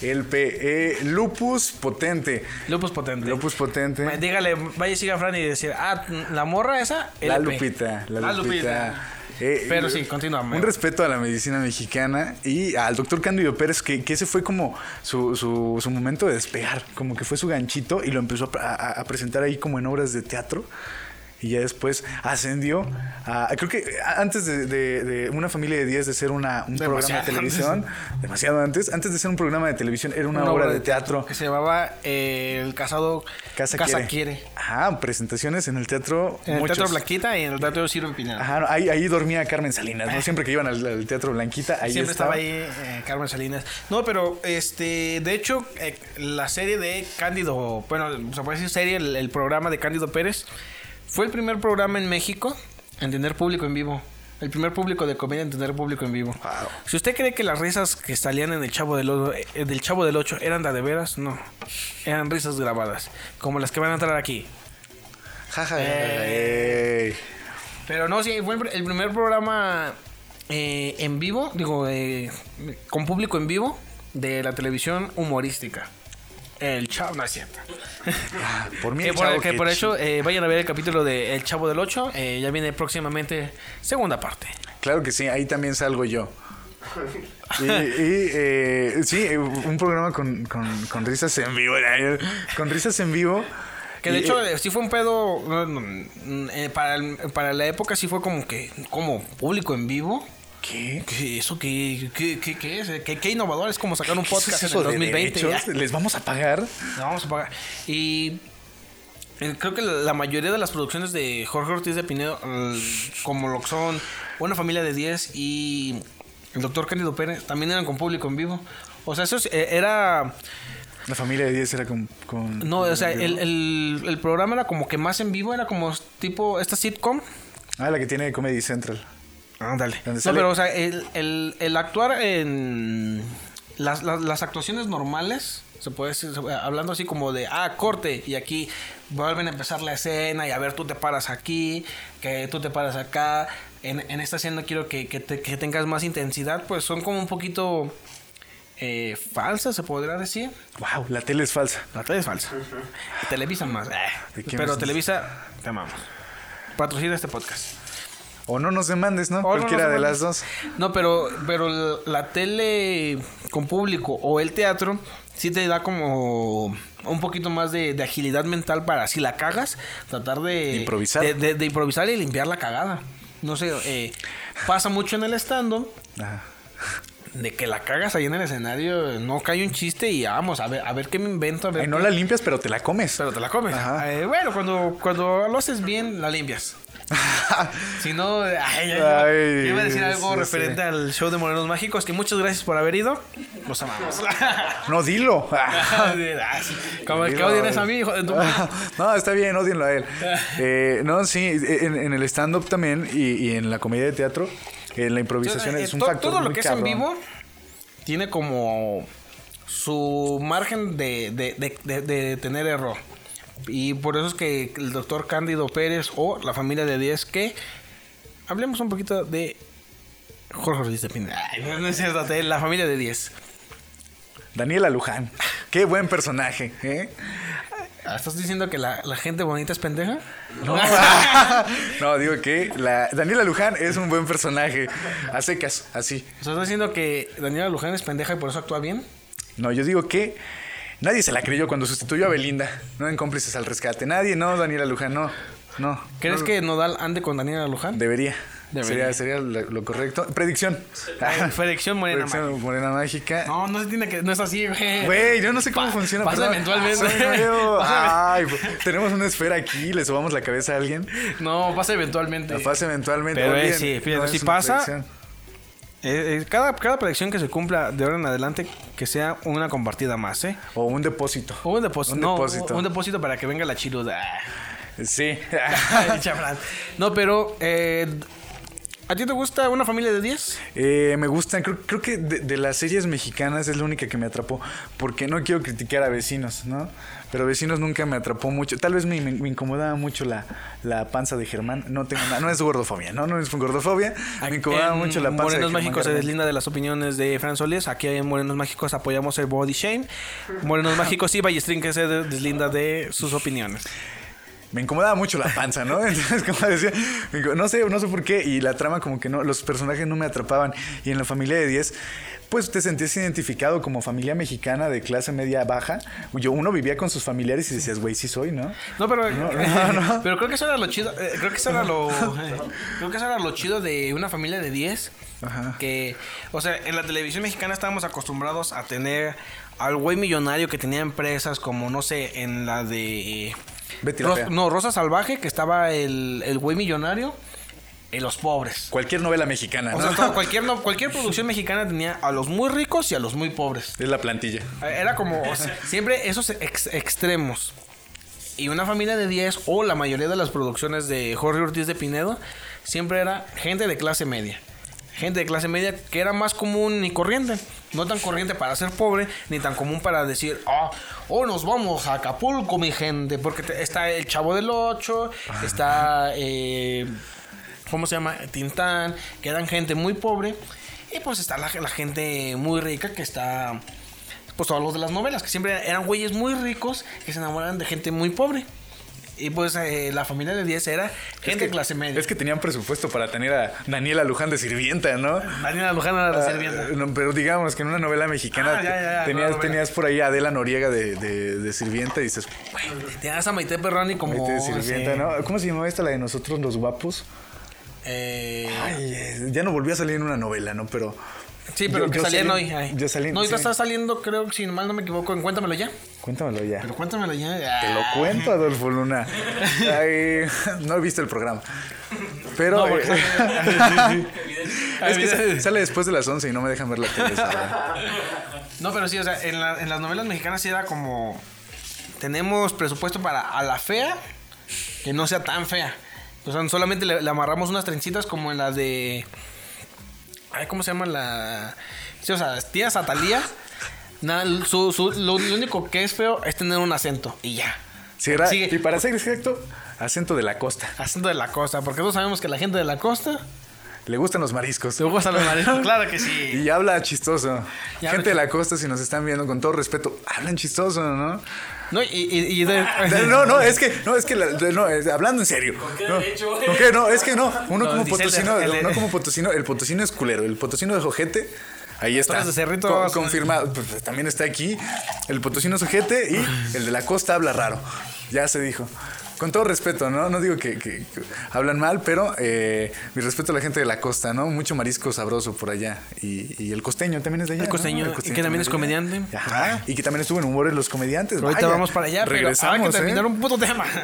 [SPEAKER 4] El PE Lupus Potente.
[SPEAKER 3] Lupus Potente.
[SPEAKER 4] Lupus
[SPEAKER 3] Ma-
[SPEAKER 4] Potente.
[SPEAKER 3] Dígale, vaya y siga a Fran y decir, ah, la morra esa.
[SPEAKER 4] La
[SPEAKER 3] LP.
[SPEAKER 4] Lupita. La
[SPEAKER 3] La
[SPEAKER 4] Lupita.
[SPEAKER 3] Lupita.
[SPEAKER 4] Eh,
[SPEAKER 3] Pero
[SPEAKER 4] eh,
[SPEAKER 3] sí, continúa,
[SPEAKER 4] Un
[SPEAKER 3] Mau.
[SPEAKER 4] respeto a la medicina mexicana y al doctor Cándido Pérez, que, que ese fue como su, su- su momento de despegar, como que fue su ganchito y lo empezó a, a- a presentar ahí como en obras de teatro. Y ya después ascendió a. Creo que antes de, de- de Una familia de 10 de ser una, un programa de
[SPEAKER 3] Demasiado
[SPEAKER 4] televisión, demasiado antes, antes de ser un programa de televisión, era una, obra, de teatro.
[SPEAKER 3] Que se llamaba eh, El casado
[SPEAKER 4] Casa, quiere.
[SPEAKER 3] quiere.
[SPEAKER 4] Ajá, presentaciones en el teatro.
[SPEAKER 3] En el
[SPEAKER 4] muchos.
[SPEAKER 3] Teatro Blanquita y en el Teatro Silvio Pineda.
[SPEAKER 4] Ajá, ahí, ahí dormía Carmen Salinas, ¿no? Siempre que iban al, al teatro Blanquita, ahí
[SPEAKER 3] Siempre estaba, ahí eh, Carmen Salinas. No, pero este, de hecho, eh, la serie de Cándido, bueno, se puede decir serie, el, el programa de Cándido Pérez, fue el primer programa en México en tener público en vivo. El primer público de comedia en tener público en vivo. Si usted cree que las risas que salían en el Chavo del, Ocho- eh, del Chavo del 8 eran de, de veras, no. Eran risas grabadas, como las que van a entrar aquí.
[SPEAKER 4] Ja, ja, ja, ja,
[SPEAKER 3] Eh.
[SPEAKER 4] ey.
[SPEAKER 3] Pero no, sí, fue el pr- el primer programa eh, en vivo, digo, eh, con público en vivo de la televisión humorística. El Chavo, no es cierto.
[SPEAKER 4] Por mí,
[SPEAKER 3] Que
[SPEAKER 4] el
[SPEAKER 3] por,
[SPEAKER 4] chavo
[SPEAKER 3] que
[SPEAKER 4] que
[SPEAKER 3] por
[SPEAKER 4] chi-
[SPEAKER 3] hecho, eh, vayan a ver el capítulo de El Chavo del 8. ya viene próximamente segunda parte.
[SPEAKER 4] Claro que sí, ahí también salgo yo. Y, y, eh, sí, eh, un programa con, con- con risas en vivo. eh, Con risas en vivo.
[SPEAKER 3] Que de
[SPEAKER 4] Y,
[SPEAKER 3] hecho,
[SPEAKER 4] eh,
[SPEAKER 3] eh, sí fue un pedo. mm, mm, eh, para, el- para la época, sí fue como que, como público en vivo.
[SPEAKER 4] ¿Qué?
[SPEAKER 3] ¿Qué- ¿Eso qué, qué, qué- qué es? eh, ¿Qué, qué innovador? Es como sacar un
[SPEAKER 4] ¿Qué es
[SPEAKER 3] podcast en
[SPEAKER 4] eso
[SPEAKER 3] el
[SPEAKER 4] de
[SPEAKER 3] 2020.
[SPEAKER 4] derechos?
[SPEAKER 3] ya.
[SPEAKER 4] ¿Les vamos a pagar?
[SPEAKER 3] La vamos a pagar. Y eh, creo que la la mayoría de las producciones de Jorge Ortiz de Pinedo, eh, como lo que son Una familia de 10 y el doctor Cándido Pérez, también eran con público en vivo. O sea, eso es- eh, era...
[SPEAKER 4] La familia de 10 era con. con-
[SPEAKER 3] No, o sea,
[SPEAKER 4] con-
[SPEAKER 3] el, el- el programa era como que más en vivo, era como tipo esta sitcom.
[SPEAKER 4] Ah, la que tiene Comedy Central.
[SPEAKER 3] Ándale.
[SPEAKER 4] Donde
[SPEAKER 3] No,
[SPEAKER 4] sale-
[SPEAKER 3] pero o sea, el, el- el actuar en... Las, las- las actuaciones normales, se puede decir, se- hablando así como de, ah, corte, y aquí vuelven a empezar la escena, y a ver, tú te paras aquí, que tú te paras acá, en, en esta escena quiero que, que te- que tengas más intensidad, pues son como un poquito eh, falsas, se podría decir.
[SPEAKER 4] Wow, la tele es falsa.
[SPEAKER 3] La tele es falsa. Televisa más. eh.
[SPEAKER 4] ¿De quién
[SPEAKER 3] Pero
[SPEAKER 4] es?
[SPEAKER 3] Televisa, te amamos. Patrocina este podcast.
[SPEAKER 4] O no nos demandes, ¿no?
[SPEAKER 3] O no
[SPEAKER 4] Cualquiera
[SPEAKER 3] nos
[SPEAKER 4] de las
[SPEAKER 3] demandes.
[SPEAKER 4] dos.
[SPEAKER 3] No, pero, pero la- la tele con público o el teatro sí te da como un poquito más de, de agilidad mental para si la cagas, tratar de
[SPEAKER 4] Improvisar.
[SPEAKER 3] De, de- de improvisar y limpiar la cagada. No sé, eh, pasa mucho en el stand-up
[SPEAKER 4] Ah,
[SPEAKER 3] de que la cagas ahí en el escenario, no cae un chiste y vamos, a ver, a ver qué me invento. a ver
[SPEAKER 4] ay, no
[SPEAKER 3] qué-
[SPEAKER 4] la limpias, pero te la comes.
[SPEAKER 3] Pero te la comes.
[SPEAKER 4] Ajá.
[SPEAKER 3] Eh, bueno, cuando, cuando lo haces bien, la limpias. Si no, ay, ay, ay,
[SPEAKER 4] Ay,
[SPEAKER 3] yo iba a decir algo
[SPEAKER 4] sí,
[SPEAKER 3] referente
[SPEAKER 4] sí.
[SPEAKER 3] al show de Morenos Mágicos, que muchas gracias por haber ido. Los amamos.
[SPEAKER 4] no, dilo.
[SPEAKER 3] Como el que
[SPEAKER 4] Dilo.
[SPEAKER 3] odian es a mí, hijo de tu madre.
[SPEAKER 4] no, está bien, odienlo a él. Eh, no, sí, en, en el stand-up también y, y en la comedia de teatro, en la improvisación
[SPEAKER 3] Eh,
[SPEAKER 4] es un
[SPEAKER 3] to-
[SPEAKER 4] factor
[SPEAKER 3] Todo lo
[SPEAKER 4] muy
[SPEAKER 3] que es en
[SPEAKER 4] cabrón.
[SPEAKER 3] vivo tiene como su margen de, de- de- de- de tener error. Y por eso es que el doctor Cándido Pérez o la familia de 10 que... Hablemos un poquito de Jorge Ortiz de Pineda. Ay, no, no es cierto, de la familia de 10.
[SPEAKER 4] Daniela Luján, qué buen personaje. ¿eh?
[SPEAKER 3] Ah, ¿Estás diciendo que la, la gente bonita es pendeja? No.
[SPEAKER 4] No, digo que la, Daniela Luján es un buen personaje. A secas, así.
[SPEAKER 3] ¿Estás diciendo que Daniela Luján es pendeja y por eso actúa bien?
[SPEAKER 4] No, yo digo que nadie se la creyó cuando sustituyó a Belinda. No en cómplices al rescate. Nadie, no, Daniela Luján, no. No.
[SPEAKER 3] ¿Crees
[SPEAKER 4] No,
[SPEAKER 3] que Nodal ande con Daniela Luján?
[SPEAKER 4] Debería.
[SPEAKER 3] Debería.
[SPEAKER 4] Sería, sería lo, lo correcto. Predicción.
[SPEAKER 3] Predicción morena
[SPEAKER 4] Predicción morena mágica.
[SPEAKER 3] No, no se tiene que. No es así, güey.
[SPEAKER 4] Güey, yo no sé cómo
[SPEAKER 3] Pa-
[SPEAKER 4] funciona.
[SPEAKER 3] pasa
[SPEAKER 4] perdón.
[SPEAKER 3] eventualmente.
[SPEAKER 4] Soy nuevo.
[SPEAKER 3] Pasa
[SPEAKER 4] Ay, tenemos una esfera aquí, le subamos la cabeza a alguien.
[SPEAKER 3] No, pasa eventualmente.
[SPEAKER 4] La pasa eventualmente.
[SPEAKER 3] Pero, eh,
[SPEAKER 4] Olviden,
[SPEAKER 3] sí, fíjate, si
[SPEAKER 4] es una
[SPEAKER 3] pasa,
[SPEAKER 4] predicción.
[SPEAKER 3] Eh, eh, cada, cada predicción que se cumpla de ahora en adelante, que sea una compartida más, ¿eh?
[SPEAKER 4] O un depósito.
[SPEAKER 3] O un depósito.
[SPEAKER 4] Un
[SPEAKER 3] no,
[SPEAKER 4] depósito.
[SPEAKER 3] Un depósito para que venga la chiruda.
[SPEAKER 4] Sí.
[SPEAKER 3] Ay, chaval. no, pero. eh, ¿A ti te gusta una familia de 10?
[SPEAKER 4] Eh, me gustan, creo, creo que de, de las series mexicanas es la única que me atrapó, porque no quiero criticar a vecinos, ¿no? Pero vecinos nunca me atrapó mucho. Tal vez me, me- me incomodaba mucho la, la panza de Germán. No tengo nada, no es gordofobia, ¿no? No es gordofobia. Me incomodaba
[SPEAKER 3] En
[SPEAKER 4] mucho la panza
[SPEAKER 3] Morenos
[SPEAKER 4] de Germán.
[SPEAKER 3] Mágicos se
[SPEAKER 4] García.
[SPEAKER 3] deslinda de las opiniones de Fran Solís. Aquí en Morenos Mágicos apoyamos el body shame. Morenos Mágicos y Ballestrín que se de- deslinda de sus opiniones.
[SPEAKER 4] me incomodaba mucho la panza, ¿no? Entonces, como decía, me inco- no sé, no sé por qué. Y la trama, como que no, los personajes no me atrapaban. Y en la familia de 10, pues te sentías identificado como familia mexicana de clase media baja. Yo, uno vivía con sus familiares y decías, güey, sí soy, ¿no?
[SPEAKER 3] No, pero, eh,
[SPEAKER 4] no, no.
[SPEAKER 3] pero creo que eso era lo chido. eh, creo que eso era lo. eh, creo que eso era lo chido de una familia de 10.
[SPEAKER 4] Ajá.
[SPEAKER 3] Que, o sea, en la televisión mexicana estábamos acostumbrados a tener al güey millonario que tenía empresas como, no sé, en la de. eh,
[SPEAKER 4] Betty la
[SPEAKER 3] Ros-
[SPEAKER 4] Fea.
[SPEAKER 3] no, Rosa Salvaje, que estaba el, el güey millonario y los pobres.
[SPEAKER 4] Cualquier novela mexicana, ¿no?
[SPEAKER 3] O sea, estaba- cualquier, no- cualquier producción mexicana tenía a los muy ricos y a los muy pobres.
[SPEAKER 4] es la plantilla.
[SPEAKER 3] Era como o sea, siempre esos ex- extremos. Y una familia de 10 o la mayoría de las producciones de Jorge Ortiz de Pinedo siempre era gente de clase media. Gente de clase media que era más común y corriente. No tan corriente para ser pobre, ni tan común para decir, ah, oh, nos vamos a Acapulco, mi gente. Porque te- está el Chavo del Ocho, está, eh, ¿cómo se llama? Tintán, que eran gente muy pobre. Y pues está la, la gente muy rica que está pues todos los de las novelas, que siempre eran güeyes muy ricos que se enamoraban de gente muy pobre. Y pues eh, la familia de 10 era gente de clase media.
[SPEAKER 4] Es que tenían presupuesto para tener a Daniela Luján de sirvienta, ¿no?
[SPEAKER 3] Daniela Luján era la
[SPEAKER 4] Ah,
[SPEAKER 3] sirvienta.
[SPEAKER 4] no, pero digamos que en una novela mexicana
[SPEAKER 3] Ah, ya, ya, ya,
[SPEAKER 4] tenías,
[SPEAKER 3] no, novela.
[SPEAKER 4] tenías por ahí a Adela Noriega de, de- de sirvienta y dices,
[SPEAKER 3] Tenías a Maite Perroni como.
[SPEAKER 4] "Vete de
[SPEAKER 3] ese,
[SPEAKER 4] sirvienta, Este ¿no? ¿Cómo se llamaba esta, la de nosotros los guapos?
[SPEAKER 3] eh,
[SPEAKER 4] Ay, eh, ya no volvió a salir en una novela, ¿no? Pero.
[SPEAKER 3] sí, pero
[SPEAKER 4] yo-
[SPEAKER 3] que
[SPEAKER 4] yo
[SPEAKER 3] salían
[SPEAKER 4] salí-
[SPEAKER 3] hoy. ay.
[SPEAKER 4] yo salí-
[SPEAKER 3] no, ahorita
[SPEAKER 4] sí.
[SPEAKER 3] está saliendo, creo, si mal no me equivoco, en Cuéntamelo ya.
[SPEAKER 4] Cuéntamelo ya.
[SPEAKER 3] Pero cuéntamelo ya.
[SPEAKER 4] Te lo
[SPEAKER 3] Ah.
[SPEAKER 4] cuento, Adolfo Luna. Ay, no he visto el programa. Pero.
[SPEAKER 3] No, porque-
[SPEAKER 4] eh, es que
[SPEAKER 3] Ay,
[SPEAKER 4] sa-
[SPEAKER 3] mira.
[SPEAKER 4] sale después de las 11 y no me dejan ver la tele. ¿sabes?
[SPEAKER 3] No, pero sí, o sea, en, la- en las novelas mexicanas sí era como. Tenemos presupuesto para a la fea, que no sea tan fea. O sea, solamente le, le amarramos unas trencitas como en las de. Ay, ¿cómo se llama la.? Sí, o sea, tías Atalía. Nada, su- su- lo, lo único que es feo es tener un acento y ya.
[SPEAKER 4] Sí, era-
[SPEAKER 3] Sigue.
[SPEAKER 4] Y para ser exacto, acento de la costa.
[SPEAKER 3] Acento de la costa, porque todos sabemos que la gente de la costa
[SPEAKER 4] Le gustan los mariscos.
[SPEAKER 3] ¿Te gustan los mariscos? Claro que sí.
[SPEAKER 4] Y habla chistoso.
[SPEAKER 3] Y habla
[SPEAKER 4] Gente de la costa, si nos están viendo, con todo respeto, hablan chistoso, ¿no?
[SPEAKER 3] No, y, y- y de-
[SPEAKER 4] No, no, es que, no, es que, la- no, es- hablando en serio. no, ¿Con qué? No, es que no. Uno
[SPEAKER 3] No,
[SPEAKER 4] como
[SPEAKER 3] dice el-
[SPEAKER 4] potosino,
[SPEAKER 3] el-
[SPEAKER 4] uno como potosino, el potosino es culero, el potosino es ojete. Ahí está.
[SPEAKER 3] Todos de cerrito. ah,
[SPEAKER 4] Co- confirmado. Pues, También está aquí. El potosino es ojete y el de la costa habla raro. Ya se dijo. Con todo respeto, ¿no? No digo que, que- que hablan mal, pero eh, mi respeto a la gente de la costa, ¿no? Mucho marisco sabroso por allá. Y, y el costeño también es de allá.
[SPEAKER 3] El costeño, y que también es comediante.
[SPEAKER 4] Ajá. Y que también estuvo en Humor de los Comediantes.
[SPEAKER 3] Ahorita
[SPEAKER 4] Vaya.
[SPEAKER 3] vamos para allá, pero
[SPEAKER 4] Regresamos,
[SPEAKER 3] hay que
[SPEAKER 4] ¿eh?
[SPEAKER 3] terminar un puto tema.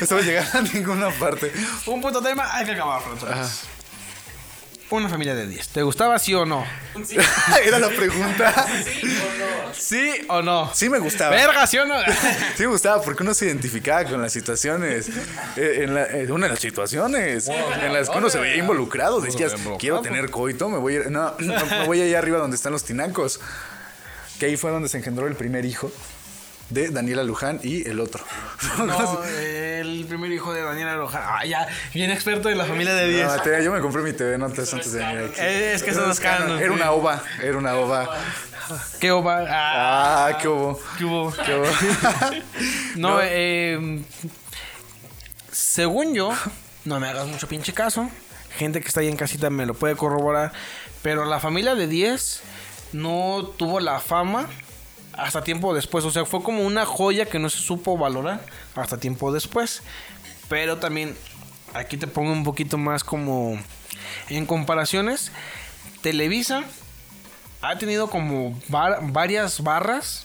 [SPEAKER 4] Eso va a llegar a ninguna parte.
[SPEAKER 3] un puto tema, hay que acabar pronto. Una familia de 10. ¿Te gustaba sí o no?
[SPEAKER 4] Era la pregunta.
[SPEAKER 3] ¿Sí o no?
[SPEAKER 4] Sí me gustaba.
[SPEAKER 3] Verga, sí o no.
[SPEAKER 4] Sí me gustaba porque uno se identificaba con las situaciones. Eh, en la- eh, una de las situaciones en las que uno se veía involucrado. Decías, quiero tener coito, me voy a ir, no, no, me voy allá arriba donde están los tinacos. Que ahí fue donde se engendró el primer hijo de Daniela Luján y el otro.
[SPEAKER 3] No,
[SPEAKER 4] eh.
[SPEAKER 3] el primer hijo de Daniela Lojana. Ah, ya, bien experto en la familia de
[SPEAKER 4] No,
[SPEAKER 3] 10.
[SPEAKER 4] Mateo, yo me compré mi TV notas antes de venir aquí.
[SPEAKER 3] Eh, es que son los canos.
[SPEAKER 4] Era una ova, era una ova.
[SPEAKER 3] ¿Qué hubo? Ah,
[SPEAKER 4] Ah, qué hubo.
[SPEAKER 3] ¿Qué hubo?
[SPEAKER 4] Qué hubo.
[SPEAKER 3] No, eh, según yo, no me hagas mucho pinche caso. Gente que está ahí en casita me lo puede corroborar. Pero la familia de 10 no tuvo la fama hasta tiempo después. O sea, fue como una joya que no se supo valorar hasta tiempo después. Pero también aquí te pongo un poquito más como en comparaciones. Televisa ha tenido como var- varias barras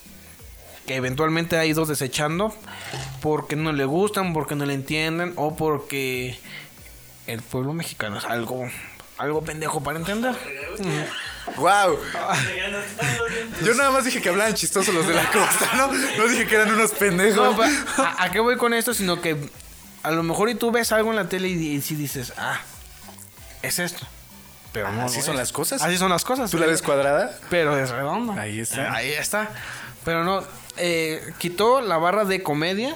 [SPEAKER 3] que eventualmente ha ido desechando porque no le gustan, porque no le entienden o porque el pueblo mexicano es algo algo pendejo para entender.
[SPEAKER 4] Wow. Yo nada más dije que hablaban chistosos los de la costa, ¿no? No dije que eran unos pendejos.
[SPEAKER 3] No, pa- ¿a, a qué voy con esto? Sino que a lo mejor y tú ves algo en la tele y, si dices, ah, es esto. Pero no.
[SPEAKER 4] Ah, Así
[SPEAKER 3] lo
[SPEAKER 4] son
[SPEAKER 3] es.
[SPEAKER 4] las cosas.
[SPEAKER 3] Así son las cosas.
[SPEAKER 4] ¿Tú la ves cuadrada?
[SPEAKER 3] Pero es redondo.
[SPEAKER 4] Ahí está.
[SPEAKER 3] Ahí está. Pero no, eh, quitó la barra de comedia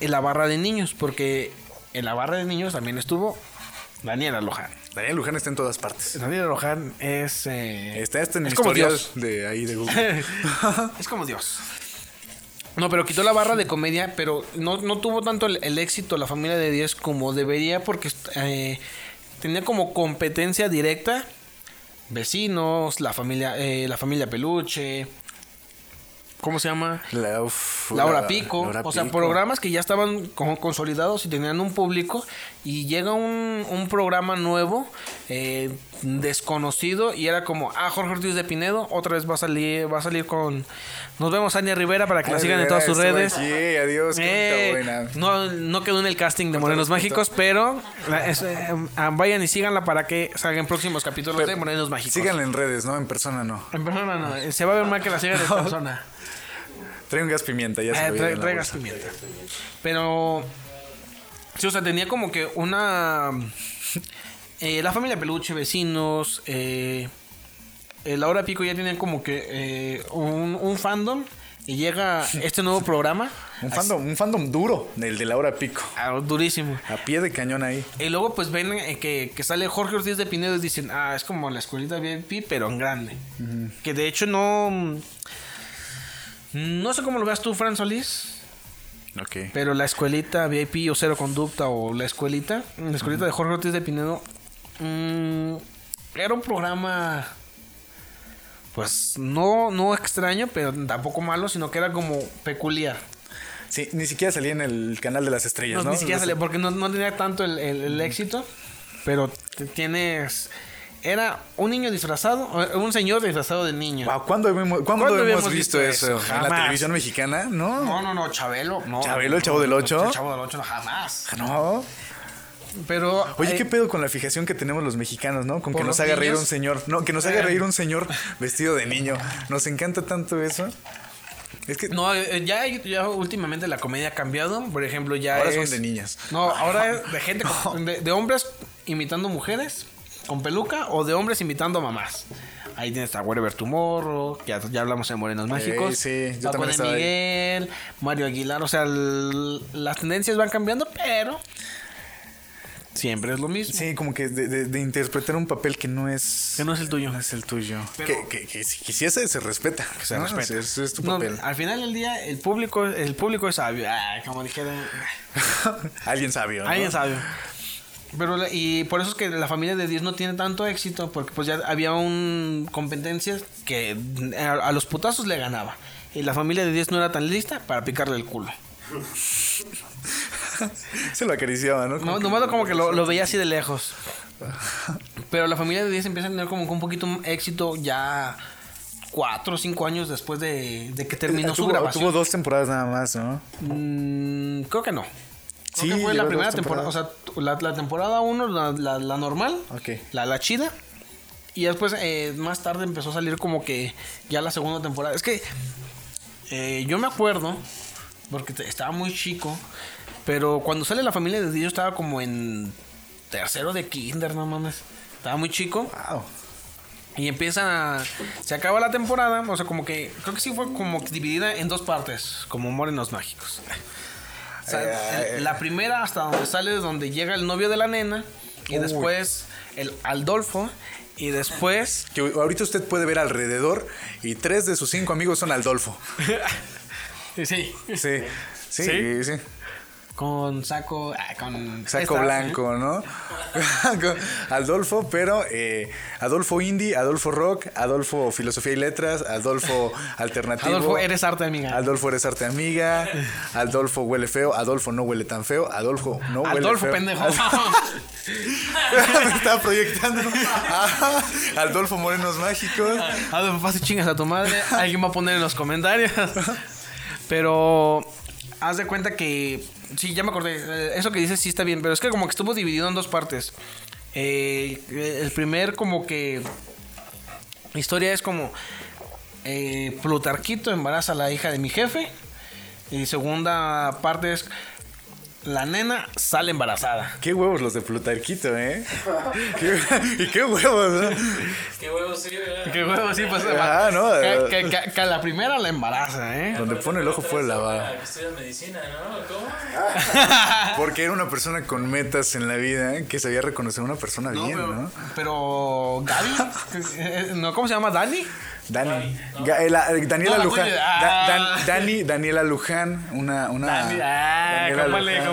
[SPEAKER 3] y la barra de niños, porque en la barra de niños también estuvo Daniela Loján.
[SPEAKER 4] Daniel Luján está en todas partes.
[SPEAKER 3] Daniela Loján es... eh,
[SPEAKER 4] Está hasta en
[SPEAKER 3] es
[SPEAKER 4] el
[SPEAKER 3] como
[SPEAKER 4] historial
[SPEAKER 3] Dios.
[SPEAKER 4] de ahí de Google.
[SPEAKER 3] es como Dios. No, pero quitó la barra de comedia, pero no, no tuvo tanto el, el éxito la familia de 10 como debería porque eh, tenía como competencia directa vecinos, la familia, eh, la familia peluche, ¿cómo se llama?
[SPEAKER 4] La, uf,
[SPEAKER 3] La hora pico.
[SPEAKER 4] La Hora
[SPEAKER 3] o sea,
[SPEAKER 4] Pico.
[SPEAKER 3] programas que ya estaban como consolidados y tenían un público. Y llega un, un programa nuevo, eh, desconocido, y era como, ah, Jorge Ortiz de Pinedo, otra vez va a salir, va a salir con. Nos vemos Ania Rivera para que la
[SPEAKER 4] Ay,
[SPEAKER 3] sigan en
[SPEAKER 4] mira,
[SPEAKER 3] todas sus
[SPEAKER 4] estuvo
[SPEAKER 3] redes.
[SPEAKER 4] aquí, adiós. qué
[SPEAKER 3] Eh,
[SPEAKER 4] buena.
[SPEAKER 3] no, no quedó en el casting de Morenos Mágicos, pero la- es, eh, ah, vayan y síganla para que salgan próximos capítulos
[SPEAKER 4] Pero
[SPEAKER 3] de Morenos Mágicos.
[SPEAKER 4] Síganla en redes, ¿no? En persona no.
[SPEAKER 3] En persona no, eh, se va a ver mal que la sigan en persona.
[SPEAKER 4] Trae un gas pimienta, ya se
[SPEAKER 3] Eh,
[SPEAKER 4] lo
[SPEAKER 3] tra-
[SPEAKER 4] vi en la
[SPEAKER 3] traigas
[SPEAKER 4] bolsa.
[SPEAKER 3] pimienta. Pero. Sí, o sea, tenía como que una. eh, la familia Peluche, vecinos. Eh, eh, la hora pico ya tienen como que eh, un, un fandom. Y llega este nuevo programa.
[SPEAKER 4] Un fandom, un fandom duro, el de la hora pico.
[SPEAKER 3] ah, Durísimo.
[SPEAKER 4] A pie de cañón ahí.
[SPEAKER 3] Y luego, pues ven eh, que, que sale Jorge Ortiz de Pinedo y dicen, ah, es como la escuelita VIP, pero en grande. Que de hecho no. No sé cómo lo veas tú, Fran Solís.
[SPEAKER 4] Ok.
[SPEAKER 3] Pero la escuelita VIP o cero conducta o la escuelita, la escuelita de Jorge Ortiz de Pinedo, mm, era un programa, pues no, no extraño, pero tampoco malo, sino que era como peculiar.
[SPEAKER 4] Sí, ni siquiera salí en el canal de las estrellas,
[SPEAKER 3] No,
[SPEAKER 4] ¿no?
[SPEAKER 3] ni siquiera salía, porque no, no tenía tanto el, el- el éxito, pero t- tienes... Era un niño disfrazado, o un señor disfrazado de niño.
[SPEAKER 4] Wow, ¿cuándo hemos, ¿cuándo
[SPEAKER 3] ¿Cuándo
[SPEAKER 4] hemos visto, eso? ¿En la
[SPEAKER 3] Jamás.
[SPEAKER 4] televisión mexicana? No.
[SPEAKER 3] No, no, no, Chabelo. No,
[SPEAKER 4] ¿Chabelo, el Chavo del Ocho?
[SPEAKER 3] El Chavo del Ocho, no, jamás.
[SPEAKER 4] No.
[SPEAKER 3] Pero...
[SPEAKER 4] Oye, ¿qué
[SPEAKER 3] eh,
[SPEAKER 4] pedo con la fijación que tenemos los mexicanos, no? Con que
[SPEAKER 3] ¿Por
[SPEAKER 4] nos
[SPEAKER 3] los
[SPEAKER 4] haga reír
[SPEAKER 3] niños? Eh.
[SPEAKER 4] un señor. No, que nos haga reír un señor vestido de niño. Nos encanta tanto eso. Es que
[SPEAKER 3] No, eh, ya, hay- ya últimamente la comedia ha cambiado. Por ejemplo, ya
[SPEAKER 4] ahora
[SPEAKER 3] es...
[SPEAKER 4] son de niñas.
[SPEAKER 3] No, ahora es de gente, con- de, de hombres imitando mujeres con peluca o de hombres imitando mamás. Ahí tienes a Wherever Tomorrow, ya, ya hablamos de Morenos Mágicos.
[SPEAKER 4] sí, yo
[SPEAKER 3] Paco
[SPEAKER 4] también
[SPEAKER 3] de
[SPEAKER 4] estaba ahí.
[SPEAKER 3] Miguel, Mario Aguilar, o sea, el- las tendencias van cambiando, pero Siempre es lo mismo.
[SPEAKER 4] Sí, como que de, de- de interpretar un papel que no es.
[SPEAKER 3] Que no es el tuyo.
[SPEAKER 4] no es el tuyo.
[SPEAKER 3] Pero-
[SPEAKER 4] que, que- que si quisiese, se respeta.
[SPEAKER 3] Se
[SPEAKER 4] ¿no?
[SPEAKER 3] respeta.
[SPEAKER 4] Es, es tu
[SPEAKER 3] No,
[SPEAKER 4] papel.
[SPEAKER 3] al final del día, el público, el público es sabio. Ah, como dijera.
[SPEAKER 4] Alguien sabio. ¿no?
[SPEAKER 3] Alguien sabio. Pero, la- y por eso es que la familia de 10 no tiene tanto éxito, porque pues ya había un competencia que a, a los putazos le ganaba. Y la familia de 10 no era tan lista para picarle el culo.
[SPEAKER 4] Se lo acariciaba, ¿no?
[SPEAKER 3] No,
[SPEAKER 4] que- eh,
[SPEAKER 3] nomás como que lo, lo veía así de lejos. Pero la familia de 10 empieza a tener como que un poquito un éxito ya 4 o 5 años después de, de que terminó su
[SPEAKER 4] tuvo,
[SPEAKER 3] grabación.
[SPEAKER 4] tuvo dos temporadas nada más, ¿no?
[SPEAKER 3] Mm, creo que no. Creo
[SPEAKER 4] Sí,
[SPEAKER 3] que fue
[SPEAKER 4] lleva
[SPEAKER 3] la
[SPEAKER 4] dos
[SPEAKER 3] primera temporada.
[SPEAKER 4] temporadas.
[SPEAKER 3] O sea, tu- la, la temporada 1, la, la- la normal,
[SPEAKER 4] Ok.
[SPEAKER 3] la, la chida. Y después, eh, más tarde, empezó a salir como que ya la segunda temporada. Es que eh, yo me acuerdo, porque te- estaba muy chico, pero cuando sale la familia de Dios estaba como en tercero de kinder, no mames. Estaba muy chico.
[SPEAKER 4] Wow.
[SPEAKER 3] Y empieza. Se acaba la temporada. O sea, como que. Creo que sí fue como que dividida en dos partes. Como Morenos Mágicos. O sea,
[SPEAKER 4] Ay,
[SPEAKER 3] el- la primera hasta donde sale, donde llega el novio de la nena. Y
[SPEAKER 4] Uy.
[SPEAKER 3] después el Aldolfo. Y después.
[SPEAKER 4] Que ahorita usted puede ver alrededor y tres de sus cinco amigos son Aldolfo.
[SPEAKER 3] Sí.
[SPEAKER 4] Sí. Sí,
[SPEAKER 3] ¿Sí?
[SPEAKER 4] sí.
[SPEAKER 3] Con saco. ah, con
[SPEAKER 4] Saco
[SPEAKER 3] esta-
[SPEAKER 4] blanco, ¿no? Aldolfo, pero eh, Adolfo Indie, Adolfo Rock, Adolfo Filosofía y Letras, Adolfo Alternativo.
[SPEAKER 3] Adolfo, eres arte, amiga.
[SPEAKER 4] Adolfo eres arte amiga, Adolfo huele feo, Adolfo no huele tan feo, Adolfo no huele
[SPEAKER 3] Adolfo,
[SPEAKER 4] feo.
[SPEAKER 3] pendejo.
[SPEAKER 4] Me estaba proyectando. Ah, Adolfo Morenos Mágicos.
[SPEAKER 3] Adolfo, papá, si Ah, pues, chingas a tu madre. Alguien va a poner en los comentarios. Pero haz de cuenta que. Sí, ya me acordé. Eh, Eso que dices sí está bien, pero es que como que estuvo dividido en dos partes. Eh, eh, el primer, como que. Historia es como. eh, Plutarquito embaraza a la hija de mi jefe. Y segunda parte es. La nena sale embarazada.
[SPEAKER 4] Qué huevos los de Plutarquito, ¿eh? Qué- y qué huevos, ¿no?
[SPEAKER 5] Qué huevo, sí, ¿verdad?
[SPEAKER 3] Que huevo, sí, pues.
[SPEAKER 4] Ah, no,
[SPEAKER 3] que- que- que- que a la primera la embaraza, ¿eh?
[SPEAKER 4] Donde pone el ojo fuera la vara.
[SPEAKER 5] Que estudia medicina, ¿no? ¿Cómo?
[SPEAKER 4] Ah. Porque era una persona con metas en la vida ¿eh? que sabía reconocer a una persona bien,
[SPEAKER 3] pero,
[SPEAKER 4] ¿no?
[SPEAKER 3] pero Gaby, eh, ¿no? ¿Cómo se llama? ¿Dani?
[SPEAKER 4] Dani. Ga- eh, la- eh, Daniela
[SPEAKER 3] No, la
[SPEAKER 4] Luján.
[SPEAKER 3] tuya.
[SPEAKER 4] Da- Dan-
[SPEAKER 3] Ah.
[SPEAKER 4] Dani, Daniela Luján, una. una Ah, Daniela Luján.
[SPEAKER 3] le?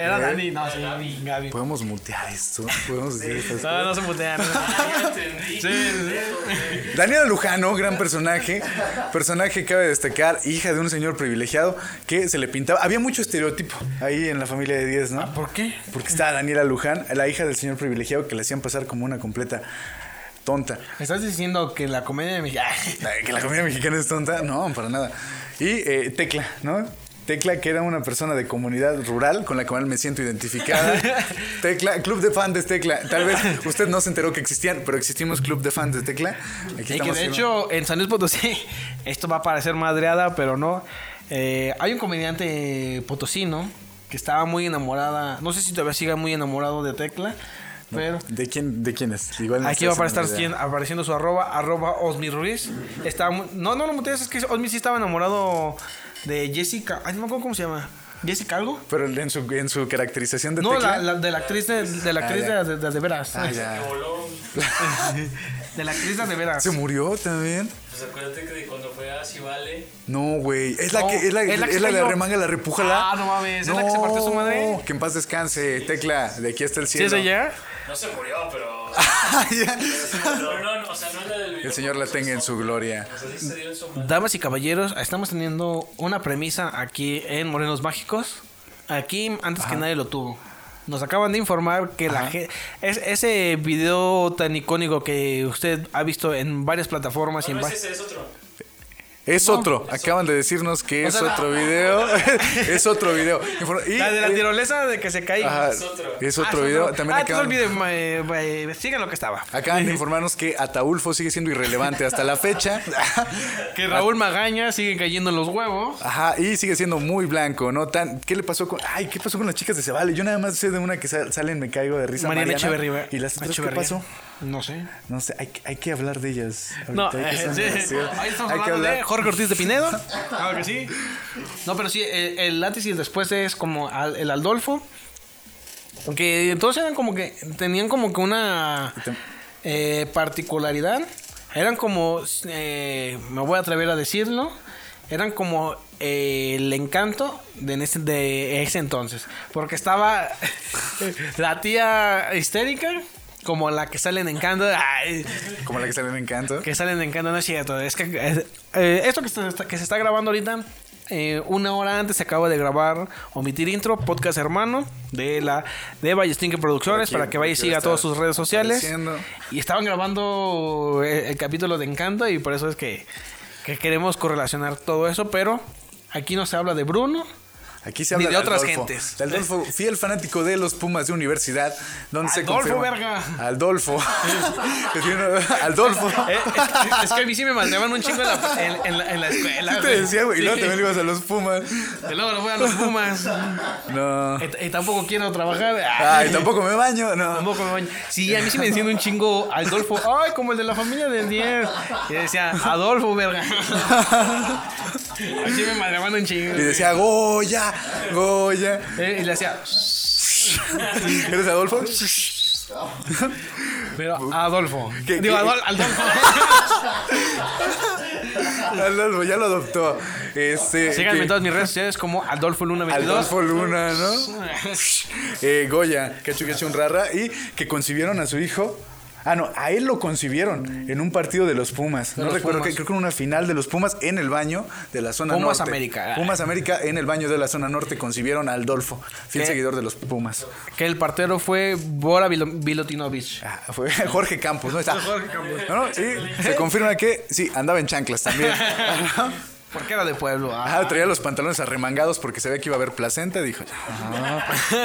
[SPEAKER 3] Era Dani, no, sí, Gaby.
[SPEAKER 4] Podemos mutear esto, podemos decir estas
[SPEAKER 3] No, no se mutean.
[SPEAKER 5] Ya entendí.
[SPEAKER 4] Daniela Lujano, gran personaje, personaje que cabe destacar, hija de un señor privilegiado que se le pintaba. Había mucho estereotipo ahí en la familia de 10, ¿no?
[SPEAKER 3] ¿Por qué?
[SPEAKER 4] Porque estaba Daniela Luján, la hija del señor privilegiado que le hacían pasar como una completa tonta.
[SPEAKER 3] Estás diciendo que la comedia de mi...
[SPEAKER 4] Ay, ¿Que la comida mexicana es tonta? No, para nada. Y eh, Tecla, ¿no? Tecla, que era una persona de comunidad rural con la cual me siento identificada. Tecla, Club de Fans de Tecla. Tal vez usted no se enteró que existían, pero existimos Club de Fans de Tecla. Aquí
[SPEAKER 3] Y que
[SPEAKER 4] estamos
[SPEAKER 3] de
[SPEAKER 4] firme.
[SPEAKER 3] hecho en San Luis Potosí, esto va a parecer madreada, pero no. Eh, hay un comediante potosino que estaba muy enamorada, no sé si todavía siga muy enamorado de Tecla, pero...
[SPEAKER 4] ¿De quién, de quién es? Igual no
[SPEAKER 3] Aquí
[SPEAKER 4] sé
[SPEAKER 3] va
[SPEAKER 4] si
[SPEAKER 3] para
[SPEAKER 4] no
[SPEAKER 3] estar
[SPEAKER 4] me
[SPEAKER 3] quien-
[SPEAKER 4] idea.
[SPEAKER 3] apareciendo su arroba, arroba Osmi Ruiz. Está mu- no, no lo mutees, es que Osmi sí estaba enamorado de Jessica. Ay, no me acuerdo cómo se llama. ¿Jessica algo?
[SPEAKER 4] Pero en su, en su caracterización de
[SPEAKER 3] No,
[SPEAKER 4] Tecla.
[SPEAKER 3] la, la- de la actriz de, de la
[SPEAKER 4] Ah,
[SPEAKER 3] actriz
[SPEAKER 4] ya.
[SPEAKER 3] de, de- de veras.
[SPEAKER 4] Ah, ya.
[SPEAKER 5] Bolón.
[SPEAKER 3] De la actriz de, de veras.
[SPEAKER 4] ¿Se murió también?
[SPEAKER 5] Pues acuérdate que de cuando fue a Cibale.
[SPEAKER 4] No, güey. Es la
[SPEAKER 3] No,
[SPEAKER 4] que es la,
[SPEAKER 3] es la que
[SPEAKER 4] es la
[SPEAKER 3] se
[SPEAKER 4] de
[SPEAKER 3] cayó.
[SPEAKER 4] remanga la repújala.
[SPEAKER 3] Ah, no mames, ¿es la que se partió su madre?
[SPEAKER 4] Que en paz descanse, Tecla. De aquí hasta el
[SPEAKER 3] ¿Sí
[SPEAKER 4] cielo.
[SPEAKER 3] es ella?
[SPEAKER 5] No se murió, pero.
[SPEAKER 4] Ah, ya.
[SPEAKER 5] No, no, no, o sea, no es la del video.
[SPEAKER 4] El Señor la tenga en su gloria.
[SPEAKER 5] O sea, sí se dio en su madre.
[SPEAKER 3] Damas y caballeros, estamos teniendo una premisa aquí en Morenos Mágicos. Aquí antes que nadie lo tuvo. Nos acaban de informar que la ge- es, ese video tan icónico que usted ha visto en varias plataformas y en
[SPEAKER 5] No,
[SPEAKER 3] va-
[SPEAKER 5] ese ese es otro.
[SPEAKER 4] Es otro. Acaban de decirnos que es
[SPEAKER 3] sea, la-
[SPEAKER 4] otro video. es otro video. Inform- y-
[SPEAKER 3] La de la
[SPEAKER 4] eh,
[SPEAKER 3] tirolesa de que se cae.
[SPEAKER 4] ajá,
[SPEAKER 5] Es otro.
[SPEAKER 4] es
[SPEAKER 3] Ah,
[SPEAKER 4] otro
[SPEAKER 3] sí,
[SPEAKER 4] video.
[SPEAKER 3] no.
[SPEAKER 4] También
[SPEAKER 3] ah,
[SPEAKER 4] acaban,
[SPEAKER 3] entonces olviden, eh, eh, sigan lo que estaba.
[SPEAKER 4] acaban de informarnos que Ataulfo sigue siendo irrelevante hasta la fecha.
[SPEAKER 3] Que Raúl Magaña sigue cayendo en los huevos.
[SPEAKER 4] Ajá, y sigue siendo muy blanco, ¿no? Tan, ¿Qué le pasó con. Ay, ¿qué pasó con las chicas de Cebale? Yo nada más sé de una que sal- salen, me caigo de risa.
[SPEAKER 3] Mariana Echeverría.
[SPEAKER 4] ¿Y las otras qué
[SPEAKER 3] Echeverría.
[SPEAKER 4] pasó?
[SPEAKER 3] No sé.
[SPEAKER 4] No sé, hay, que- hay que hablar de ellas.
[SPEAKER 3] No,
[SPEAKER 4] ahorita, hay que
[SPEAKER 3] eh, sí.
[SPEAKER 4] hacer-
[SPEAKER 3] ahí estamos
[SPEAKER 4] hay que
[SPEAKER 3] hablando de
[SPEAKER 4] hablar.
[SPEAKER 3] Jorge Ortiz de Pinedo. Claro que sí. No, pero sí, el, el antes y el después es como al- el Aldolfo. Que todos eran como que. Tenían como que una. eh, particularidad. Eran como. eh, me voy a atrever a decirlo. Eran como eh, el encanto de en ese, de ese entonces. Porque estaba la tía histérica. Como la que sale en encanto. Ay,
[SPEAKER 4] Como la que sale en Encanto.
[SPEAKER 3] que salen en Canadá, no es cierto. Es que eh, eh, esto que se, está, que se está grabando ahorita, eh, una hora antes se acaba de grabar Omitir Intro, podcast hermano de la de Ballestinque Producciones,
[SPEAKER 4] Aquí,
[SPEAKER 3] para que vaya y
[SPEAKER 4] aquí va
[SPEAKER 3] siga
[SPEAKER 4] a
[SPEAKER 3] todas
[SPEAKER 4] estar
[SPEAKER 3] sus redes sociales.
[SPEAKER 4] apareciendo.
[SPEAKER 3] Y estaban grabando eh, el, el capítulo de Encanto y por eso es que, que queremos correlacionar todo eso, pero aquí no se habla de Bruno.
[SPEAKER 4] Aquí se
[SPEAKER 3] Ni
[SPEAKER 4] habla
[SPEAKER 3] de otras
[SPEAKER 4] Adolfo.
[SPEAKER 3] gentes.
[SPEAKER 4] De Adolfo, fiel fanático de los Pumas de universidad. Donde se
[SPEAKER 3] Adolfo,
[SPEAKER 4] confirma-
[SPEAKER 3] verga.
[SPEAKER 4] Adolfo. Que tiene una- Adolfo.
[SPEAKER 3] Eh, es, que- es que a mí sí me mandaban un chingo en la, en- en la- en la escuela.
[SPEAKER 4] ¿Qué te
[SPEAKER 3] güey.
[SPEAKER 4] decía, güey? Y luego
[SPEAKER 3] Sí.
[SPEAKER 4] también le ibas a los Pumas.
[SPEAKER 3] Y luego lo voy a los Pumas.
[SPEAKER 4] No.
[SPEAKER 3] Y, y tampoco quiero trabajar.
[SPEAKER 4] Ay, tampoco me baño. No.
[SPEAKER 3] Tampoco me baño. Sí, a mí sí me decían un chingo Adolfo. Ay, como el de la familia del 10. Y decía, Adolfo, verga. Así me mandaban un chingo.
[SPEAKER 4] Y decía, Goya, Goya.
[SPEAKER 3] Eh, y le hacía,
[SPEAKER 4] ¿Eres Adolfo?
[SPEAKER 3] pero Adolfo.
[SPEAKER 4] ¿Qué-
[SPEAKER 3] Digo,
[SPEAKER 4] qué?
[SPEAKER 3] Adol- Adolfo.
[SPEAKER 4] Adolfo, ya lo adoptó. Este,
[SPEAKER 3] Síganme
[SPEAKER 4] que-
[SPEAKER 3] en todas mis redes sociales como Adolfo Luna 22.
[SPEAKER 4] Adolfo Luna, ¿no? Eh, Goya, Cachu Cachu un Rara, y que concibieron a su hijo. Ah, no, a él lo concibieron en un partido de los Pumas.
[SPEAKER 3] De
[SPEAKER 4] no
[SPEAKER 3] los
[SPEAKER 4] recuerdo,
[SPEAKER 3] Pumas.
[SPEAKER 4] que, creo que en una final de los Pumas en el baño de la zona
[SPEAKER 3] Pumas
[SPEAKER 4] norte.
[SPEAKER 3] América.
[SPEAKER 4] Pumas América en el baño de la zona norte concibieron a Adolfo, fiel
[SPEAKER 3] ¿Qué?
[SPEAKER 4] seguidor de los Pumas.
[SPEAKER 3] Que el partero fue Bora Bilo- Bilutinovich.
[SPEAKER 4] Ah, fue Jorge Campos, ¿no? Está. No, no, sí, se confirma que sí, andaba en chanclas también.
[SPEAKER 3] Porque era de pueblo. Ah.
[SPEAKER 4] Ah, traía los pantalones arremangados porque se ve que iba a haber placenta, dijo.
[SPEAKER 5] Pues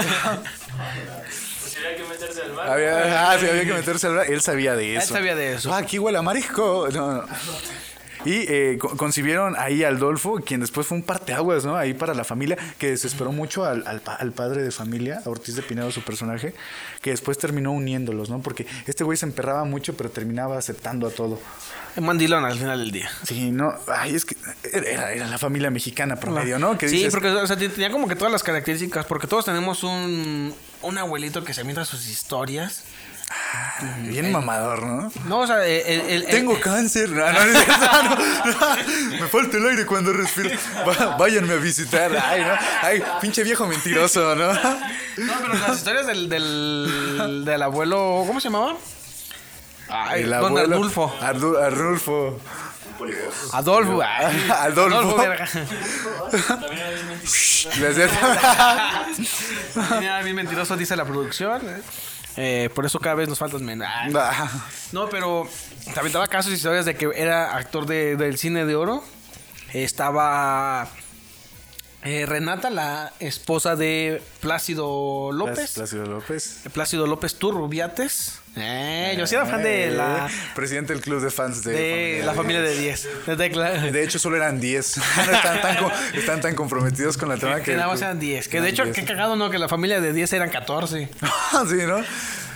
[SPEAKER 5] había que meterse al mar.
[SPEAKER 4] Había, ah, sí, había que meterse al... Él sabía de eso.
[SPEAKER 3] sabía de eso.
[SPEAKER 4] Ah, aquí huele a marisco. No, no. Y eh, co- concibieron ahí a Adolfo, quien después fue un parteaguas, ¿no? Ahí para la familia, que desesperó mucho al, al pa- al padre de familia, a Ortiz de Pinedo, su personaje, que después terminó uniéndolos, ¿no? Porque este güey se emperraba mucho, pero terminaba aceptando a todo.
[SPEAKER 3] Mandilón al final del día.
[SPEAKER 4] Sí, no, ay, es que era, era la familia mexicana promedio, ¿no? Que
[SPEAKER 3] Sí,
[SPEAKER 4] dices,
[SPEAKER 3] porque o sea, te- tenía como que todas las características, porque todos tenemos un, un abuelito que se avienta sus historias. eh,
[SPEAKER 4] bien mamador, ¿no?
[SPEAKER 3] No, o sea, el- el- el-
[SPEAKER 4] Tengo cáncer. No, no, no, no, no. Me falta el aire cuando respiro. Va- váyanme a visitar. Ay, no. Ay, pinche viejo mentiroso, ¿no?
[SPEAKER 3] No, pero las historias del, del, del abuelo, ¿cómo se llamaba? Ay, don Arnulfo.
[SPEAKER 4] Ardu- Arnulfo.
[SPEAKER 3] Adolfo. ay.
[SPEAKER 4] Adolfo.
[SPEAKER 3] verga.
[SPEAKER 5] También había mentido.
[SPEAKER 4] Le hacía-
[SPEAKER 3] Mira, bien mentiroso dice la producción. Eh, por eso cada vez nos faltan menos. Ay.
[SPEAKER 4] Nah.
[SPEAKER 3] No, pero te aventaba casos y historias de que era actor de- del cine de oro. Estaba eh, Renata, la esposa de Plácido López.
[SPEAKER 4] Plácido López.
[SPEAKER 3] Plácido López Turrubiates. Eh, yo sí era fan de la,
[SPEAKER 4] Eh, Presidente del club de fans Eh, de,
[SPEAKER 3] de la familia de 10. Desde que la-
[SPEAKER 4] De hecho, solo eran 10. están, tan, co- están tan comprometidos con la trama que.
[SPEAKER 3] que nada más eran 10. Que de
[SPEAKER 4] Eran
[SPEAKER 3] hecho,
[SPEAKER 4] 10.
[SPEAKER 3] qué cagado, ¿no? Que la familia de 10 eran 14.
[SPEAKER 4] sí, ¿no?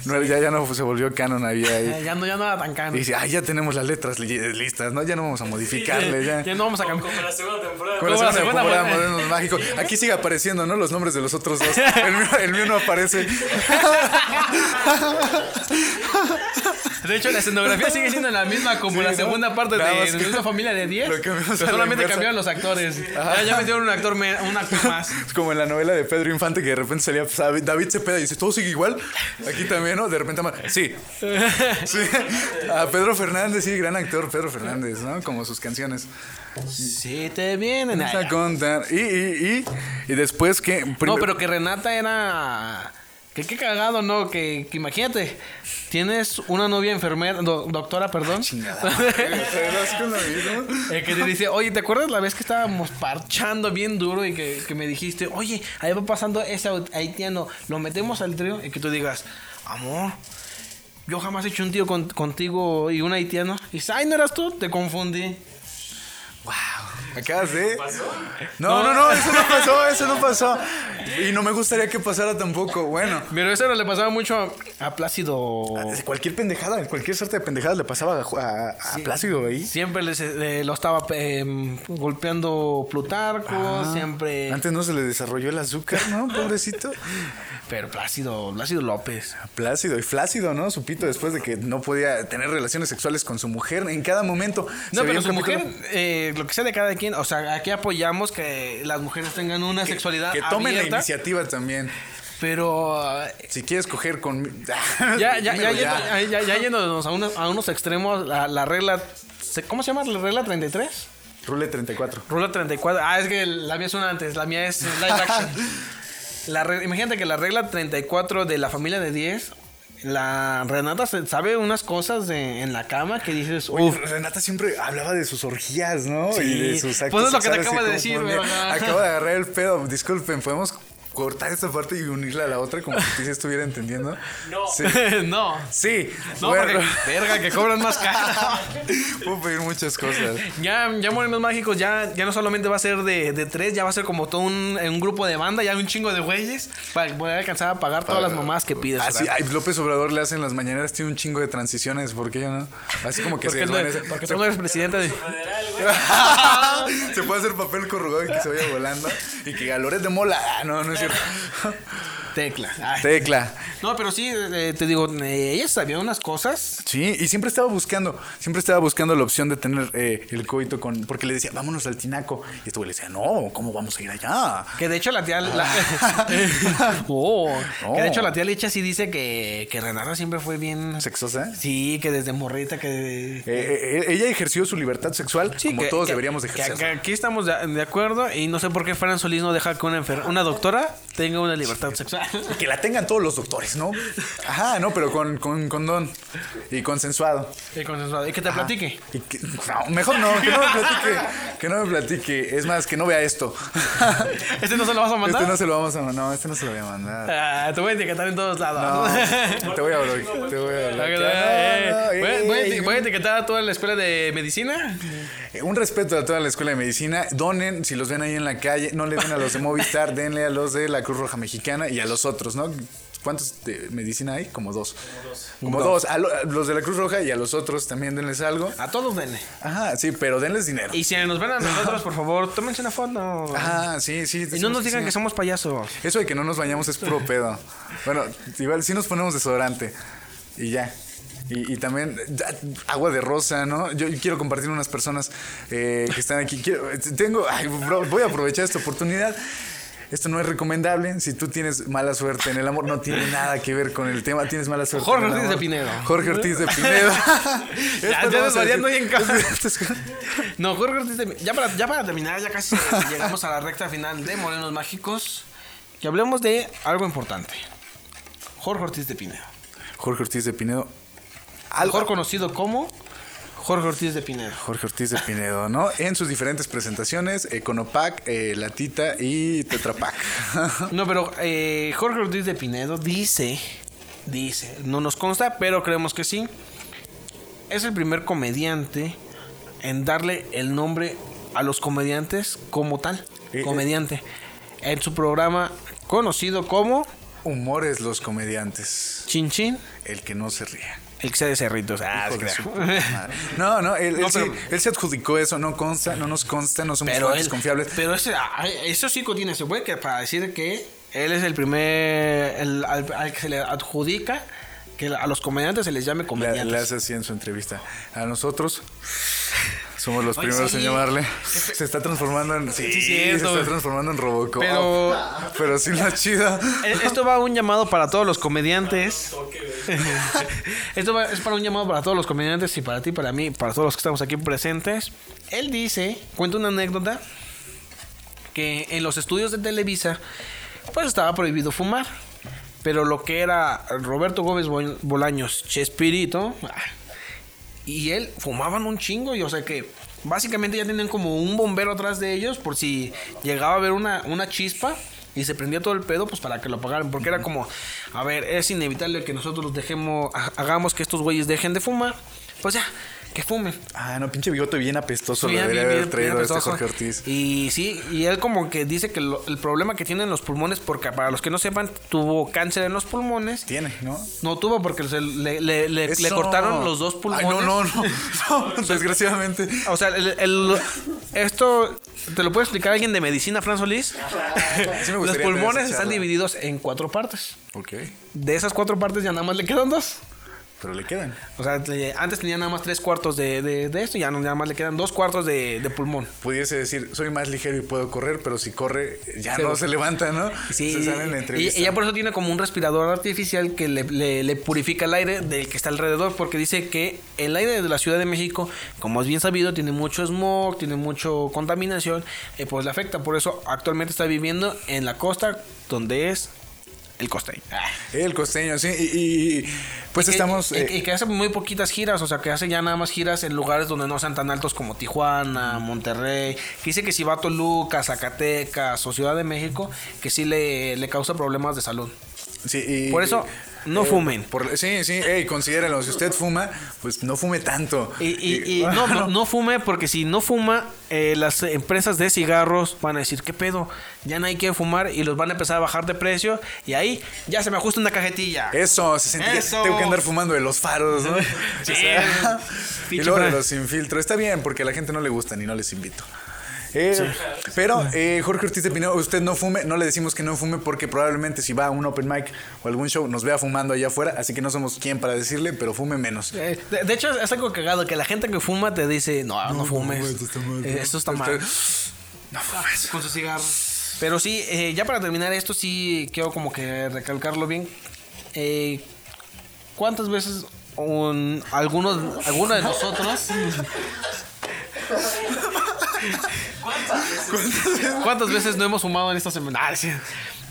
[SPEAKER 4] No, ya, ya no se volvió canon, había ahí.
[SPEAKER 3] Eh, Ya no, ya no era tan caro.
[SPEAKER 4] Y dice, ah, ya tenemos las letras li- listas, ¿no? Ya no vamos a modificarle, ya.
[SPEAKER 3] Ya no vamos a
[SPEAKER 5] Como,
[SPEAKER 3] cambiar.
[SPEAKER 5] como la segunda temporada.
[SPEAKER 4] Con la
[SPEAKER 3] Como la
[SPEAKER 4] segunda
[SPEAKER 3] segunda,
[SPEAKER 4] temporada
[SPEAKER 3] pues.
[SPEAKER 4] Modernos Mágicos. Aquí sigue apareciendo, ¿no? Los nombres de los otros dos. El mío, el mío no aparece.
[SPEAKER 3] De hecho, la escenografía sigue siendo la misma como
[SPEAKER 4] Sí,
[SPEAKER 3] la
[SPEAKER 4] ¿no?
[SPEAKER 3] segunda parte
[SPEAKER 4] Nada
[SPEAKER 3] de
[SPEAKER 4] más que-
[SPEAKER 3] una familia de 10.
[SPEAKER 4] lo cambiamos
[SPEAKER 3] pero
[SPEAKER 4] a la
[SPEAKER 3] solamente
[SPEAKER 4] inversa.
[SPEAKER 3] cambiaron los actores. Ya, ya metieron un actor, me- un actor más.
[SPEAKER 4] Es como en la novela de Pedro Infante que de repente salía pues, David- David Cepeda y dice, ¿todo sigue igual? Aquí también, ¿no? De repente, ama- sí. Sí. A Pedro Fernández, sí, gran actor Pedro Fernández, ¿no? Como sus canciones.
[SPEAKER 3] Sí, te vienen.
[SPEAKER 4] Vamos a contar. Y, y, y, y después que...
[SPEAKER 3] No, pero que Renata era. Que qué cagado, ¿no? Que, que imagínate, tienes una novia enfermera, do- doctora,
[SPEAKER 4] Ah,
[SPEAKER 3] perdón. Eh, que te dice, oye, ¿te acuerdas la vez que estábamos parchando bien duro y que, que me dijiste, oye, ahí va pasando ese hau- haitiano, lo metemos al trío? Y que tú digas, amor, yo jamás he hecho un tío con- contigo y un haitiano. Y dices, ay, ¿no eras tú? Te confundí.
[SPEAKER 4] Acabas de. No, no, no, eso no pasó, eso no pasó. Y no me gustaría que pasara tampoco. Bueno,
[SPEAKER 3] Pero eso le pasaba mucho A Plácido.
[SPEAKER 4] De cualquier pendejada, de cualquier suerte de pendejadas le pasaba a, Ju- a- a Plácido ahí.
[SPEAKER 3] Siempre les, eh, lo estaba em, golpeando Plutarco, siempre.
[SPEAKER 4] Antes no se le desarrolló el azúcar, ¿no? Pobrecito.
[SPEAKER 3] Pero Plácido, Plácido López.
[SPEAKER 4] Plácido y flácido, ¿no? Su pito después de que no podía tener relaciones sexuales con su mujer en cada momento.
[SPEAKER 3] No,
[SPEAKER 4] Se veía
[SPEAKER 3] pero
[SPEAKER 4] un
[SPEAKER 3] su
[SPEAKER 4] capítulo-
[SPEAKER 3] mujer, eh, lo que sea de cada quien, o sea, aquí apoyamos que las mujeres tengan una sexualidad
[SPEAKER 4] Que tomen la
[SPEAKER 3] abierta,
[SPEAKER 4] iniciativa también.
[SPEAKER 3] pero ah,
[SPEAKER 4] Si quieres coger con...
[SPEAKER 3] ya, ya, ya,
[SPEAKER 4] Dímelo
[SPEAKER 3] ya, ya- ya yéndonos a unos, a unos extremos, la, la regla, ¿se- ¿cómo se llama? ¿La regla 33?
[SPEAKER 4] Rule 34.
[SPEAKER 3] Rula 34. Ah, es que la mía es una antes, la mía es live action. La re- imagínate que la regla 34 de la familia de 10, la Renata se- sabe unas cosas de- en la cama que dices,
[SPEAKER 4] Oye,
[SPEAKER 3] uff.
[SPEAKER 4] Renata siempre hablaba de sus orgías, ¿no?
[SPEAKER 3] Sí.
[SPEAKER 4] Y de sus actos.
[SPEAKER 3] Pues es lo que te
[SPEAKER 4] sexuales y
[SPEAKER 3] acabo de decir,
[SPEAKER 4] cómo ponía-
[SPEAKER 3] güey, ajá.
[SPEAKER 4] Acabo de agarrar el pedo. Disculpen, ¿podemos cortar esta parte y unirla a la otra como si se estuviera entendiendo?
[SPEAKER 5] No.
[SPEAKER 4] Sí.
[SPEAKER 3] no.
[SPEAKER 4] Sí.
[SPEAKER 3] No,
[SPEAKER 4] bueno,
[SPEAKER 3] porque, verga, que cobran más caro.
[SPEAKER 4] puedo pedir muchas cosas.
[SPEAKER 3] Ya, ya Morenos Mágicos ya, ya no solamente va a ser de, de tres, ya va a ser como todo un, un grupo de banda, ya un chingo de güeyes para poder alcanzar a pagar todas las mamás que pides.
[SPEAKER 4] Así,
[SPEAKER 3] ¿verdad?
[SPEAKER 4] Ah, ay, López Obrador le hacen las mañaneras, tiene un chingo de transiciones, ¿por qué yo no? Así como que se
[SPEAKER 3] porque no-
[SPEAKER 4] desvanece.
[SPEAKER 3] porque
[SPEAKER 4] Se-
[SPEAKER 3] tú no eres presidente de...
[SPEAKER 5] Federal, güey.
[SPEAKER 4] se puede hacer papel corrugado y que se vaya volando. Y que Galores de Mola. Ah, No, no es cierto.
[SPEAKER 3] Tecla. Ay.
[SPEAKER 4] Tecla.
[SPEAKER 3] No, pero sí, eh, te digo, eh, ella sabía unas cosas.
[SPEAKER 4] Sí, y siempre estaba buscando, siempre estaba buscando la opción de tener eh, el coito con, porque le decía, vámonos al tinaco. Y este güey le decía, no, ¿cómo vamos a ir allá?
[SPEAKER 3] Que de hecho la tía... la- Oh,
[SPEAKER 4] No.
[SPEAKER 3] Que de hecho la tía Licha sí dice que, que Renata siempre fue bien...
[SPEAKER 4] Sexosa.
[SPEAKER 3] Sí, que desde morrita, que...
[SPEAKER 4] Eh, eh, ella ejerció su libertad sexual
[SPEAKER 3] Sí,
[SPEAKER 4] como
[SPEAKER 3] que-
[SPEAKER 4] todos
[SPEAKER 3] que-
[SPEAKER 4] deberíamos de
[SPEAKER 3] que-
[SPEAKER 4] ejercer.
[SPEAKER 3] que aquí estamos de, de acuerdo y no sé por qué Fran Solís no deja que una, enfer- una doctora tenga una libertad sexual.
[SPEAKER 4] Que la tengan todos los doctores, ¿no? Ajá, no, pero con, con condón y consensuado.
[SPEAKER 3] y, consensuado, y que te platique.
[SPEAKER 4] Y que- no, mejor no, que no me platique. Que no me platique. Es más, que no vea esto.
[SPEAKER 3] ¿Este no se lo vas a mandar?
[SPEAKER 4] Este no se lo vamos a mandar. No, este no se lo voy a mandar.
[SPEAKER 3] Ah, te voy a etiquetar en todos
[SPEAKER 4] No,
[SPEAKER 3] lados.
[SPEAKER 4] te voy a bloquear. Te voy a
[SPEAKER 3] Ah,
[SPEAKER 4] bloquear.
[SPEAKER 3] eh,
[SPEAKER 4] No, no,
[SPEAKER 3] voy a- voy a
[SPEAKER 4] ey.
[SPEAKER 3] eti- Voy a etiquetar a toda la escuela de medicina.
[SPEAKER 4] Eh, Un respeto a toda la escuela de medicina. Donen, si los ven ahí en la calle, no le den a los de Movistar, denle a los de la Cruz Roja Mexicana y a los otros, ¿no? ¿Cuántos de medicina hay? Como dos. Como dos. A lo- a los de la Cruz Roja y a los otros también denles algo.
[SPEAKER 3] A todos denle.
[SPEAKER 4] Ajá, sí, pero denles dinero.
[SPEAKER 3] Y si nos ven a nosotros, por favor, tómense una foto.
[SPEAKER 4] Ajá, sí, sí.
[SPEAKER 3] y no
[SPEAKER 4] decimos
[SPEAKER 3] nos digan
[SPEAKER 4] sí.
[SPEAKER 3] que somos payasos.
[SPEAKER 4] Eso de que no nos bañamos es puro pedo. Bueno, igual sí nos ponemos desodorante. Y ya. Y, y también da- agua de rosa, ¿no? Yo quiero compartir unas personas eh, que están aquí. Quiero- tengo, ay, bro, voy a aprovechar esta oportunidad. Esto no es recomendable. Si tú tienes mala suerte en el amor, no tiene nada que ver con el tema. Tienes mala suerte.
[SPEAKER 3] Jorge
[SPEAKER 4] en el
[SPEAKER 3] Ortiz
[SPEAKER 4] amor.
[SPEAKER 3] de Pinedo.
[SPEAKER 4] Jorge Ortiz de Pinedo. Esto
[SPEAKER 3] ya
[SPEAKER 4] no vamos a
[SPEAKER 3] desvariando
[SPEAKER 4] decir.
[SPEAKER 3] ahí en casa.
[SPEAKER 4] Esto es-
[SPEAKER 3] No, Jorge Ortiz de- ya para, ya para terminar, ya casi llegamos a la recta final de Morenos Mágicos. Que hablemos de algo importante. Jorge Ortiz de Pinedo.
[SPEAKER 4] Jorge Ortiz de Pinedo.
[SPEAKER 3] Mejor conocido como Jorge Ortiz de Pinedo.
[SPEAKER 4] Jorge Ortiz de Pinedo, ¿no? En sus diferentes presentaciones, Econopac, eh, Latita y Tetrapac.
[SPEAKER 3] No, pero eh, Jorge Ortiz de Pinedo dice, dice, no nos consta, pero creemos que sí. Es el primer comediante en darle el nombre a los comediantes como tal.
[SPEAKER 4] Eh, eh.
[SPEAKER 3] Comediante. En su programa conocido como
[SPEAKER 4] Humores los comediantes,
[SPEAKER 3] Chin Chin,
[SPEAKER 4] el que no se ría.
[SPEAKER 3] el que sea de cerritos. Ah,
[SPEAKER 4] Hijo de
[SPEAKER 3] se
[SPEAKER 4] su puta
[SPEAKER 3] crea.
[SPEAKER 4] madre. No, no, él, él
[SPEAKER 3] No,
[SPEAKER 4] sí-
[SPEAKER 3] pero-
[SPEAKER 4] él se adjudicó eso, no consta, no nos consta, no somos
[SPEAKER 3] Pero
[SPEAKER 4] fuentes
[SPEAKER 3] él,
[SPEAKER 4] confiables.
[SPEAKER 3] pero ese, ay, eso sí contiene ese güey que para decir que él es el primer el- al, al que se le adjudica que a los comediantes se les llame
[SPEAKER 4] La,
[SPEAKER 3] comediantes.
[SPEAKER 4] la hace así en su entrevista. A nosotros somos los
[SPEAKER 3] Ay,
[SPEAKER 4] primeros
[SPEAKER 3] sí.
[SPEAKER 4] en llamarle. Se está transformando en. Sí,
[SPEAKER 3] Sí,
[SPEAKER 4] se
[SPEAKER 3] cierto.
[SPEAKER 4] está transformando en Robocop.
[SPEAKER 3] Pero-
[SPEAKER 4] pero sí, la chida.
[SPEAKER 3] Eh, Esto va a un llamado para todos los comediantes. Esto va- es para un llamado para todos los comediantes y para ti, para mí, para todos los que estamos aquí presentes. Él dice, cuenta una anécdota, que en los estudios de Televisa, pues estaba prohibido fumar. Pero lo que era Roberto Gómez Bo- Bolaños, Chespirito, ah, y él fumaban un chingo y o sea que básicamente ya tenían como un bombero atrás de ellos por si llegaba a haber una, una chispa y se prendía todo el pedo pues para que lo apagaran porque era como a ver es inevitable que nosotros dejemos ha- hagamos que estos güeyes dejen de fumar pues ya que fume.
[SPEAKER 4] Ah, no, pinche bigote bien apestoso.
[SPEAKER 3] Bien,
[SPEAKER 4] lo debería
[SPEAKER 3] bien,
[SPEAKER 4] haber
[SPEAKER 3] bien,
[SPEAKER 4] traído
[SPEAKER 3] bien
[SPEAKER 4] este
[SPEAKER 3] apestoso.
[SPEAKER 4] Jorge Ortiz.
[SPEAKER 3] Y sí, y él como que dice que lo- el problema que tienen los pulmones, porque para los que no sepan, tuvo cáncer en los pulmones.
[SPEAKER 4] Tiene, ¿no?
[SPEAKER 3] No tuvo porque se le, le- le- le
[SPEAKER 4] Eso.
[SPEAKER 3] cortaron los dos pulmones.
[SPEAKER 4] Ay, no, no, no. No, desgraciadamente.
[SPEAKER 3] O sea, el, el- esto te lo puede explicar alguien de medicina, Fran Solís.
[SPEAKER 4] Ah, Sí me gustaría
[SPEAKER 3] los
[SPEAKER 4] tener
[SPEAKER 3] pulmones
[SPEAKER 4] esa
[SPEAKER 3] están
[SPEAKER 4] charla.
[SPEAKER 3] divididos en cuatro partes.
[SPEAKER 4] Ok,
[SPEAKER 3] De esas cuatro partes ya nada más le quedan dos.
[SPEAKER 4] pero le quedan.
[SPEAKER 3] O sea, le- antes tenía nada más tres cuartos de, de, de esto y ya no- nada más le quedan dos cuartos de, de pulmón.
[SPEAKER 4] Pudiese decir, soy más ligero y puedo correr, pero si corre, ya
[SPEAKER 3] Se-
[SPEAKER 4] no se levanta, ¿no?
[SPEAKER 3] Sí,
[SPEAKER 4] Se sale en la
[SPEAKER 3] y,
[SPEAKER 4] entrevista.
[SPEAKER 3] ella por eso tiene como un respirador artificial que le, le- le purifica el aire del que está alrededor, porque dice que el aire de la Ciudad de México, como es bien sabido, tiene mucho smog, tiene mucha contaminación, eh, pues le afecta. Por eso actualmente está viviendo en la costa, donde es el costeño. Ah.
[SPEAKER 4] El costeño, sí. Y, y- pues
[SPEAKER 3] Y que-
[SPEAKER 4] estamos.
[SPEAKER 3] y,
[SPEAKER 4] eh,
[SPEAKER 3] y que hace muy poquitas giras, o sea, que hace ya nada más giras en lugares donde no sean tan altos como Tijuana, Monterrey. Que dice que si va a Toluca, Zacatecas o Ciudad de México, que sí le, le causa problemas de salud.
[SPEAKER 4] Sí, y-
[SPEAKER 3] Por eso, no fumen.
[SPEAKER 4] por- sí, sí, ey, considéralo. Si usted fuma, pues no fume tanto.
[SPEAKER 3] Y, y- y no, no, no fume, porque si no fuma, eh, las empresas de cigarros van a decir, ¿qué pedo? Ya no hay que fumar y los van a empezar a bajar de precio y ahí ya se me ajusta una cajetilla.
[SPEAKER 4] Eso, se sentía.
[SPEAKER 3] Eso.
[SPEAKER 4] Tengo que andar fumando de los faros, ¿no?
[SPEAKER 3] Sí.
[SPEAKER 4] O sea, y
[SPEAKER 3] Pinche
[SPEAKER 4] luego de
[SPEAKER 3] Fran.
[SPEAKER 4] los sin filtro. Está bien, porque a la gente no le gusta ni no les invito. Eh, Pero eh, Jorge Ortiz de Pinedo, usted no fume, no le decimos que no fume porque probablemente si va a un open mic o algún show nos vea fumando allá afuera, así que no somos quien para decirle, pero fume menos.
[SPEAKER 3] Eh, De, de hecho, es algo cagado que la gente que fuma te dice, no, no, fumes.
[SPEAKER 4] güey, esto está mal".
[SPEAKER 3] Eh, Esto está mal. Ah,
[SPEAKER 4] No fumes.
[SPEAKER 3] Con su cigarro. Pero sí, eh, ya para terminar esto, sí quiero como que recalcarlo bien. Eh, ¿Cuántas veces un, algunos, alguno de nosotros... ¿Cuántas veces no hemos fumado en esta semana? Ah, sí.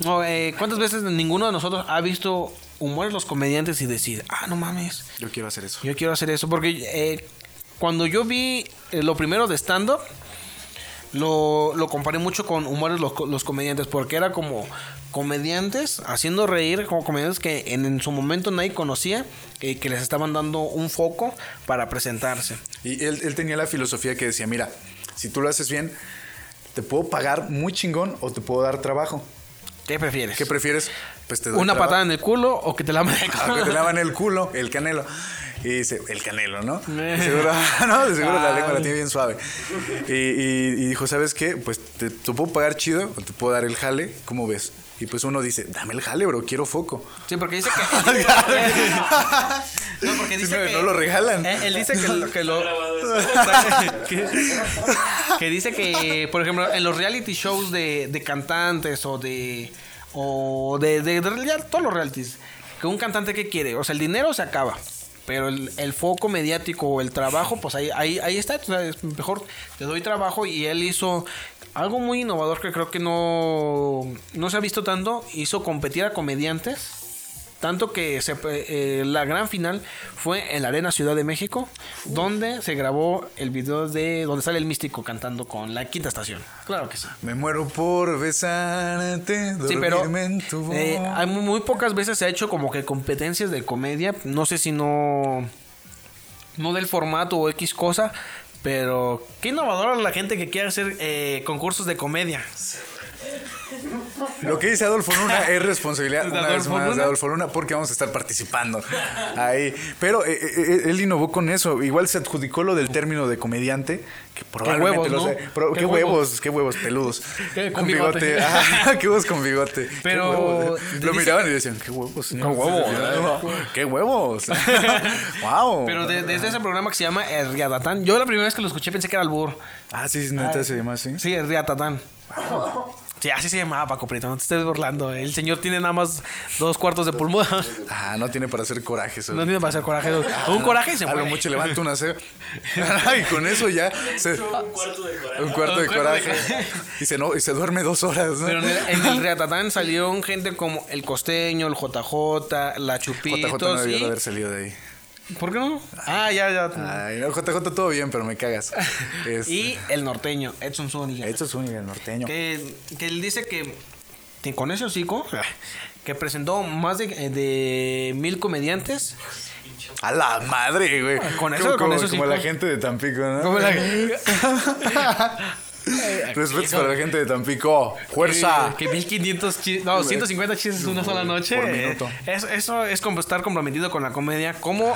[SPEAKER 3] No, eh, ¿Cuántas veces ninguno de nosotros ha visto humores los comediantes y decir, ah, no mames,
[SPEAKER 4] Yo quiero hacer eso.
[SPEAKER 3] yo quiero hacer eso porque eh, cuando yo vi eh, lo primero de stand-up, lo, lo comparé mucho con humores los, co- los comediantes, porque era como comediantes haciendo reír, como comediantes que en, en su momento nadie conocía, eh, que les estaban dando un foco para presentarse.
[SPEAKER 4] Y él, él tenía la filosofía que decía, mira, si tú lo haces bien, te puedo pagar muy chingón o te puedo dar trabajo.
[SPEAKER 3] ¿Qué prefieres?
[SPEAKER 4] ¿Qué prefieres? Pues te doy
[SPEAKER 3] ¿Una
[SPEAKER 4] trabajo.
[SPEAKER 3] patada en el culo o que te la metan?
[SPEAKER 4] Ah, que te lavan el culo, el canelo. Y dice, el canelo, ¿no? De seguro, no, de seguro la lengua la tiene bien suave. Y, y- y dijo, ¿sabes qué? Pues te, te puedo pagar chido o te puedo dar el jale, ¿cómo ves? Y pues uno dice, dame el jale, bro, quiero foco.
[SPEAKER 3] Sí, porque dice que... no, porque
[SPEAKER 4] Ah, Sí,
[SPEAKER 3] dice
[SPEAKER 4] no,
[SPEAKER 3] que...
[SPEAKER 4] no lo regalan.
[SPEAKER 3] Eh, él dice que lo- que lo,
[SPEAKER 5] grabado eso.
[SPEAKER 3] que, que dice que, por ejemplo, en los reality shows de, de cantantes o de. o de, de, de realidad, todos los realities, que un cantante que quiere, o sea, el dinero se acaba. Pero el, el foco mediático o el trabajo, pues ahí, ahí, ahí está. o sea, es mejor te doy trabajo y él hizo algo muy innovador que creo que no, no se ha visto tanto. Hizo competir a comediantes. Tanto que se, eh, la gran final fue en la Arena Ciudad de México, donde se grabó el video de donde sale el místico cantando con la quinta estación. Claro que sí.
[SPEAKER 4] Me muero por besarte, dormirme
[SPEAKER 3] Sí, pero
[SPEAKER 4] en tu boca.
[SPEAKER 3] eh, hay muy, muy pocas veces se ha hecho como que competencias de comedia. No sé si no. No del formato o X cosa. Pero qué innovadora la gente que quiere hacer eh, concursos de comedia.
[SPEAKER 4] Lo que dice Adolfo Luna es responsabilidad
[SPEAKER 3] ¿De
[SPEAKER 4] una vez
[SPEAKER 3] Adolfo
[SPEAKER 4] más de
[SPEAKER 3] Luna?
[SPEAKER 4] Adolfo Luna porque vamos a estar participando ahí. Pero eh, eh, él innovó con eso. Igual se adjudicó lo del término de comediante, que probablemente
[SPEAKER 3] huevos,
[SPEAKER 4] lo
[SPEAKER 3] ¿no?
[SPEAKER 4] sea. Pero,
[SPEAKER 3] Qué
[SPEAKER 4] qué, huevos? qué huevos peludos.
[SPEAKER 3] Qué- con bigote.
[SPEAKER 4] Ajá, qué huevos con bigote. Qué
[SPEAKER 3] Pero
[SPEAKER 4] huevos.
[SPEAKER 3] dice
[SPEAKER 4] lo miraban
[SPEAKER 3] que-
[SPEAKER 4] y decían, qué huevos. Qué
[SPEAKER 3] huevos,
[SPEAKER 4] Qué huevos. wow.
[SPEAKER 3] Pero de- desde ese programa que se llama El Riatatán. Yo la primera vez que lo escuché pensé que era Albur.
[SPEAKER 4] Ah, sí, neta se llama así.
[SPEAKER 3] Sí, es Riatatán. Sí, así se llamaba Paco Prieto, no te estés burlando. El señor tiene nada más dos cuartos de pulmón.
[SPEAKER 4] Ah, no tiene para hacer coraje eso.
[SPEAKER 3] No tiene para hacer coraje. Un coraje y se
[SPEAKER 4] a lo
[SPEAKER 3] muere.
[SPEAKER 4] mucho levanta una cera. y con eso ya se,
[SPEAKER 5] Un cuarto de coraje.
[SPEAKER 4] Un cuarto de
[SPEAKER 3] Un cuarto de
[SPEAKER 4] coraje. Y se, no, y se duerme dos horas, ¿no?
[SPEAKER 3] Pero en el, en el Riatatán salieron gente como el Costeño, el JJ, la Chupitos.
[SPEAKER 4] JJ no debió
[SPEAKER 3] y-
[SPEAKER 4] de haber salido de ahí.
[SPEAKER 3] ¿Por qué no? Ah, ya, ya.
[SPEAKER 4] Ay, no, JJ todo bien, pero me cagas. Este, Es,
[SPEAKER 3] Y el norteño, Edson Zúñiga.
[SPEAKER 4] Esto es un nivel norteño.
[SPEAKER 3] Que, que él dice que, que con ese hocico, que presentó más de, de mil comediantes
[SPEAKER 5] pinche.
[SPEAKER 4] A la madre, güey.
[SPEAKER 3] Ah, Con eso,
[SPEAKER 4] Como-
[SPEAKER 3] con
[SPEAKER 4] como-
[SPEAKER 3] eso sí,
[SPEAKER 4] Como la
[SPEAKER 3] con-
[SPEAKER 4] gente de Tampico, ¿no?
[SPEAKER 3] Como la-
[SPEAKER 4] Respetos para la gente de Tampico. Fuerza.
[SPEAKER 3] Eh, Que, que 1500 chistes, no, 150 chistes en una sola noche.
[SPEAKER 4] Por
[SPEAKER 3] eh,
[SPEAKER 4] minuto.
[SPEAKER 3] es- eso es como estar comprometido con la comedia como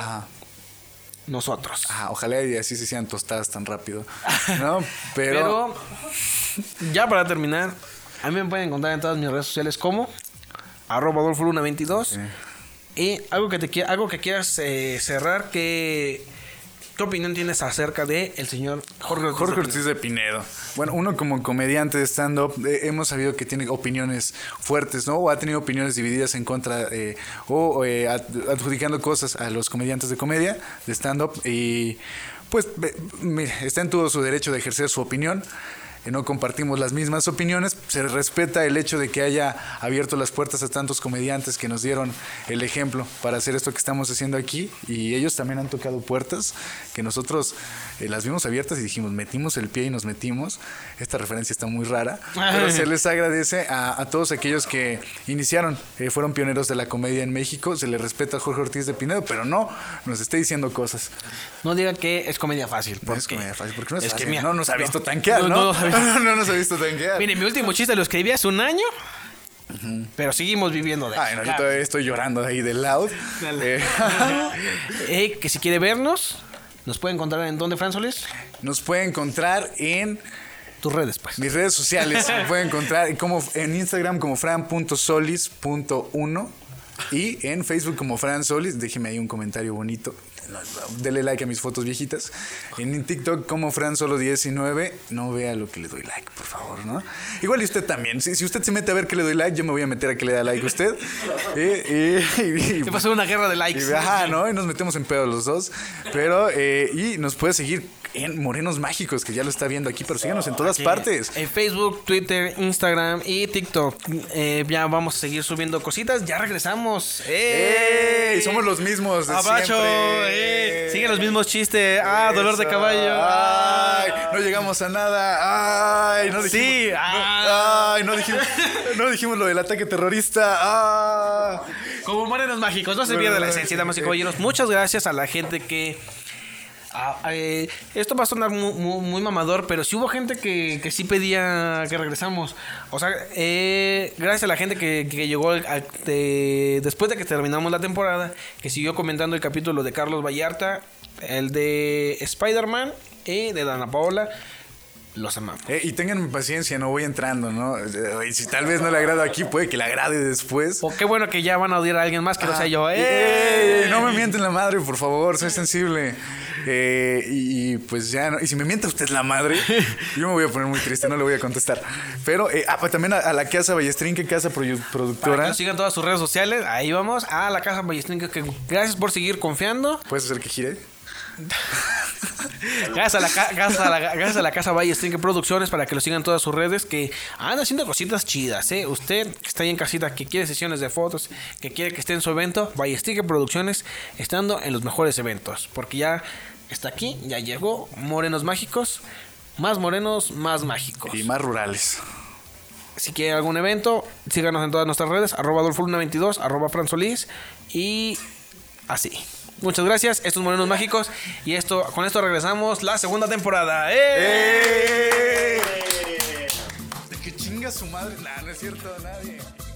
[SPEAKER 3] nosotros.
[SPEAKER 4] Ah, ojalá y así se sean tostadas tan rápido. No, pero.
[SPEAKER 3] Pero, ya para terminar, a mí me pueden encontrar en todas mis redes sociales como arroba Adolfo Luna 22. Y algo que, te, qui- algo que quieras eh, cerrar, que, ¿qué opinión tienes acerca de el señor Jorge Ortiz?
[SPEAKER 4] Jorge Ortiz de Pinedo. Bueno, uno como comediante de stand-up eh, hemos sabido que tiene opiniones fuertes, ¿no? O ha tenido opiniones divididas en contra eh, o eh, ad- adjudicando cosas a los comediantes de comedia, de stand-up. Y pues ve- me- está en todo su derecho de ejercer su opinión. eh, No compartimos las mismas opiniones. Se respeta el hecho de que haya abierto las puertas a tantos comediantes que nos dieron el ejemplo para hacer esto que estamos haciendo aquí. Y ellos también han tocado puertas que nosotros eh, las vimos abiertas y dijimos, metimos el pie y nos metimos. Esta referencia está muy rara, pero se les agradece a, a todos aquellos que iniciaron, eh, fueron pioneros de la comedia en México. Se les respeta a Jorge Ortiz de Pinedo, pero no nos esté diciendo cosas.
[SPEAKER 3] No diga que es comedia fácil. Porque,
[SPEAKER 4] No es comedia fácil, porque no es, fácil.
[SPEAKER 3] mira,
[SPEAKER 4] no nos ha visto tanquear, ¿no?
[SPEAKER 3] no nos ha visto.
[SPEAKER 4] No nos ha visto tanquear.
[SPEAKER 3] Mire, mi último chiste lo escribí hace un año, pero seguimos viviendo de
[SPEAKER 4] Ay, no, yo
[SPEAKER 3] Claro.
[SPEAKER 4] Ah, todavía estoy llorando ahí de loud. Eh,
[SPEAKER 3] Eh, que si quiere vernos, nos puede encontrar en donde, Fran Solís?
[SPEAKER 4] nos puede encontrar en
[SPEAKER 3] Tus redes, pues.
[SPEAKER 4] mis redes sociales. Me puede encontrar como, en Instagram como fran.solis.1 y en Facebook como Fran Solis. Déjeme ahí un comentario bonito. Dele like a mis fotos viejitas. En TikTok como Fran Solo 19. No vea lo que le doy like, por favor, ¿no? Igual y usted también. Si, si usted se mete a ver que le doy like, yo me voy a meter a que le da like a usted. Eh, eh, y-
[SPEAKER 3] ¿Qué pasó? Una guerra de likes.
[SPEAKER 4] y, ajá, ¿no? Y nos metemos en pedo los dos. Pero, eh, y nos puede seguir en Morenos Mágicos, que ya lo está viendo aquí, pero síganos en todas
[SPEAKER 3] Sí.
[SPEAKER 4] partes.
[SPEAKER 3] En Facebook, Twitter, Instagram y TikTok. Eh, ya vamos a seguir subiendo cositas. Ya regresamos. ¡Eh!
[SPEAKER 4] ¡Ey! Somos los mismos. de
[SPEAKER 3] Abacho.
[SPEAKER 4] siempre.
[SPEAKER 3] ¡Eh! Siguen los mismos chistes. Ah, dolor de
[SPEAKER 4] Eso.
[SPEAKER 3] caballo.
[SPEAKER 4] Ay, no llegamos a nada. Ay, no dijimos.
[SPEAKER 3] Sí,
[SPEAKER 4] no-
[SPEAKER 3] ah.
[SPEAKER 4] ay, no dijimos, no dijimos lo del ataque terrorista. Ah.
[SPEAKER 3] Como morenos mágicos, no se pierda la esencia, damas y caballeros. Muchas gracias a la gente que. Ah, eh, esto va a sonar mu- mu- muy, mamador, pero sí hubo gente que, que sí pedía que regresamos. O sea, eh, gracias a la gente que, que llegó al- al- de- después de que terminamos la temporada, que siguió comentando el capítulo de Carlos Vallarta, el de Spider-Man y de Dana Paola. Los amamos.
[SPEAKER 4] Eh, y tengan paciencia, no voy entrando, ¿no? Eh, Y si tal vez no le agrado aquí, puede que le agrade después.
[SPEAKER 3] O qué bueno que ya van a odiar a alguien más que no sea yo.
[SPEAKER 4] ¡Ey!
[SPEAKER 3] ¡Eh!
[SPEAKER 4] Ah. No me mienten la madre, por favor, soy sensible. Eh, y, y pues ya, ¿no? y si me miente usted la madre, yo me voy a poner muy triste, no le voy a contestar. Pero eh, ah, pues también a, a la casa Ballestrín, que casa produ-
[SPEAKER 3] Para que
[SPEAKER 4] productora,
[SPEAKER 3] nos sigan todas sus redes sociales. Ahí vamos a la Casa Ballestrín. que- que Gracias por seguir confiando.
[SPEAKER 4] puedes hacer que gire.
[SPEAKER 3] Gracias a la, ca- gracias a la, gracias a la Casa Ballestrín que Producciones para que lo sigan todas sus redes. Que andan haciendo cositas chidas. ¿eh? Usted que está ahí en casita, que quiere sesiones de fotos, que quiere que esté en su evento. Ballestrín que Producciones estando en los mejores eventos. Porque ya está aquí, ya llegó. Morenos Mágicos. Más morenos, más mágicos.
[SPEAKER 4] Y más rurales.
[SPEAKER 3] Si quieren algún evento, síganos en todas nuestras redes, arroba Adolfo122, arroba Fran Solís y así. Muchas gracias, estos morenos mágicos y esto con esto regresamos la segunda temporada. ¡Eh!
[SPEAKER 4] De que chinga su madre, Nah, no es cierto, nadie.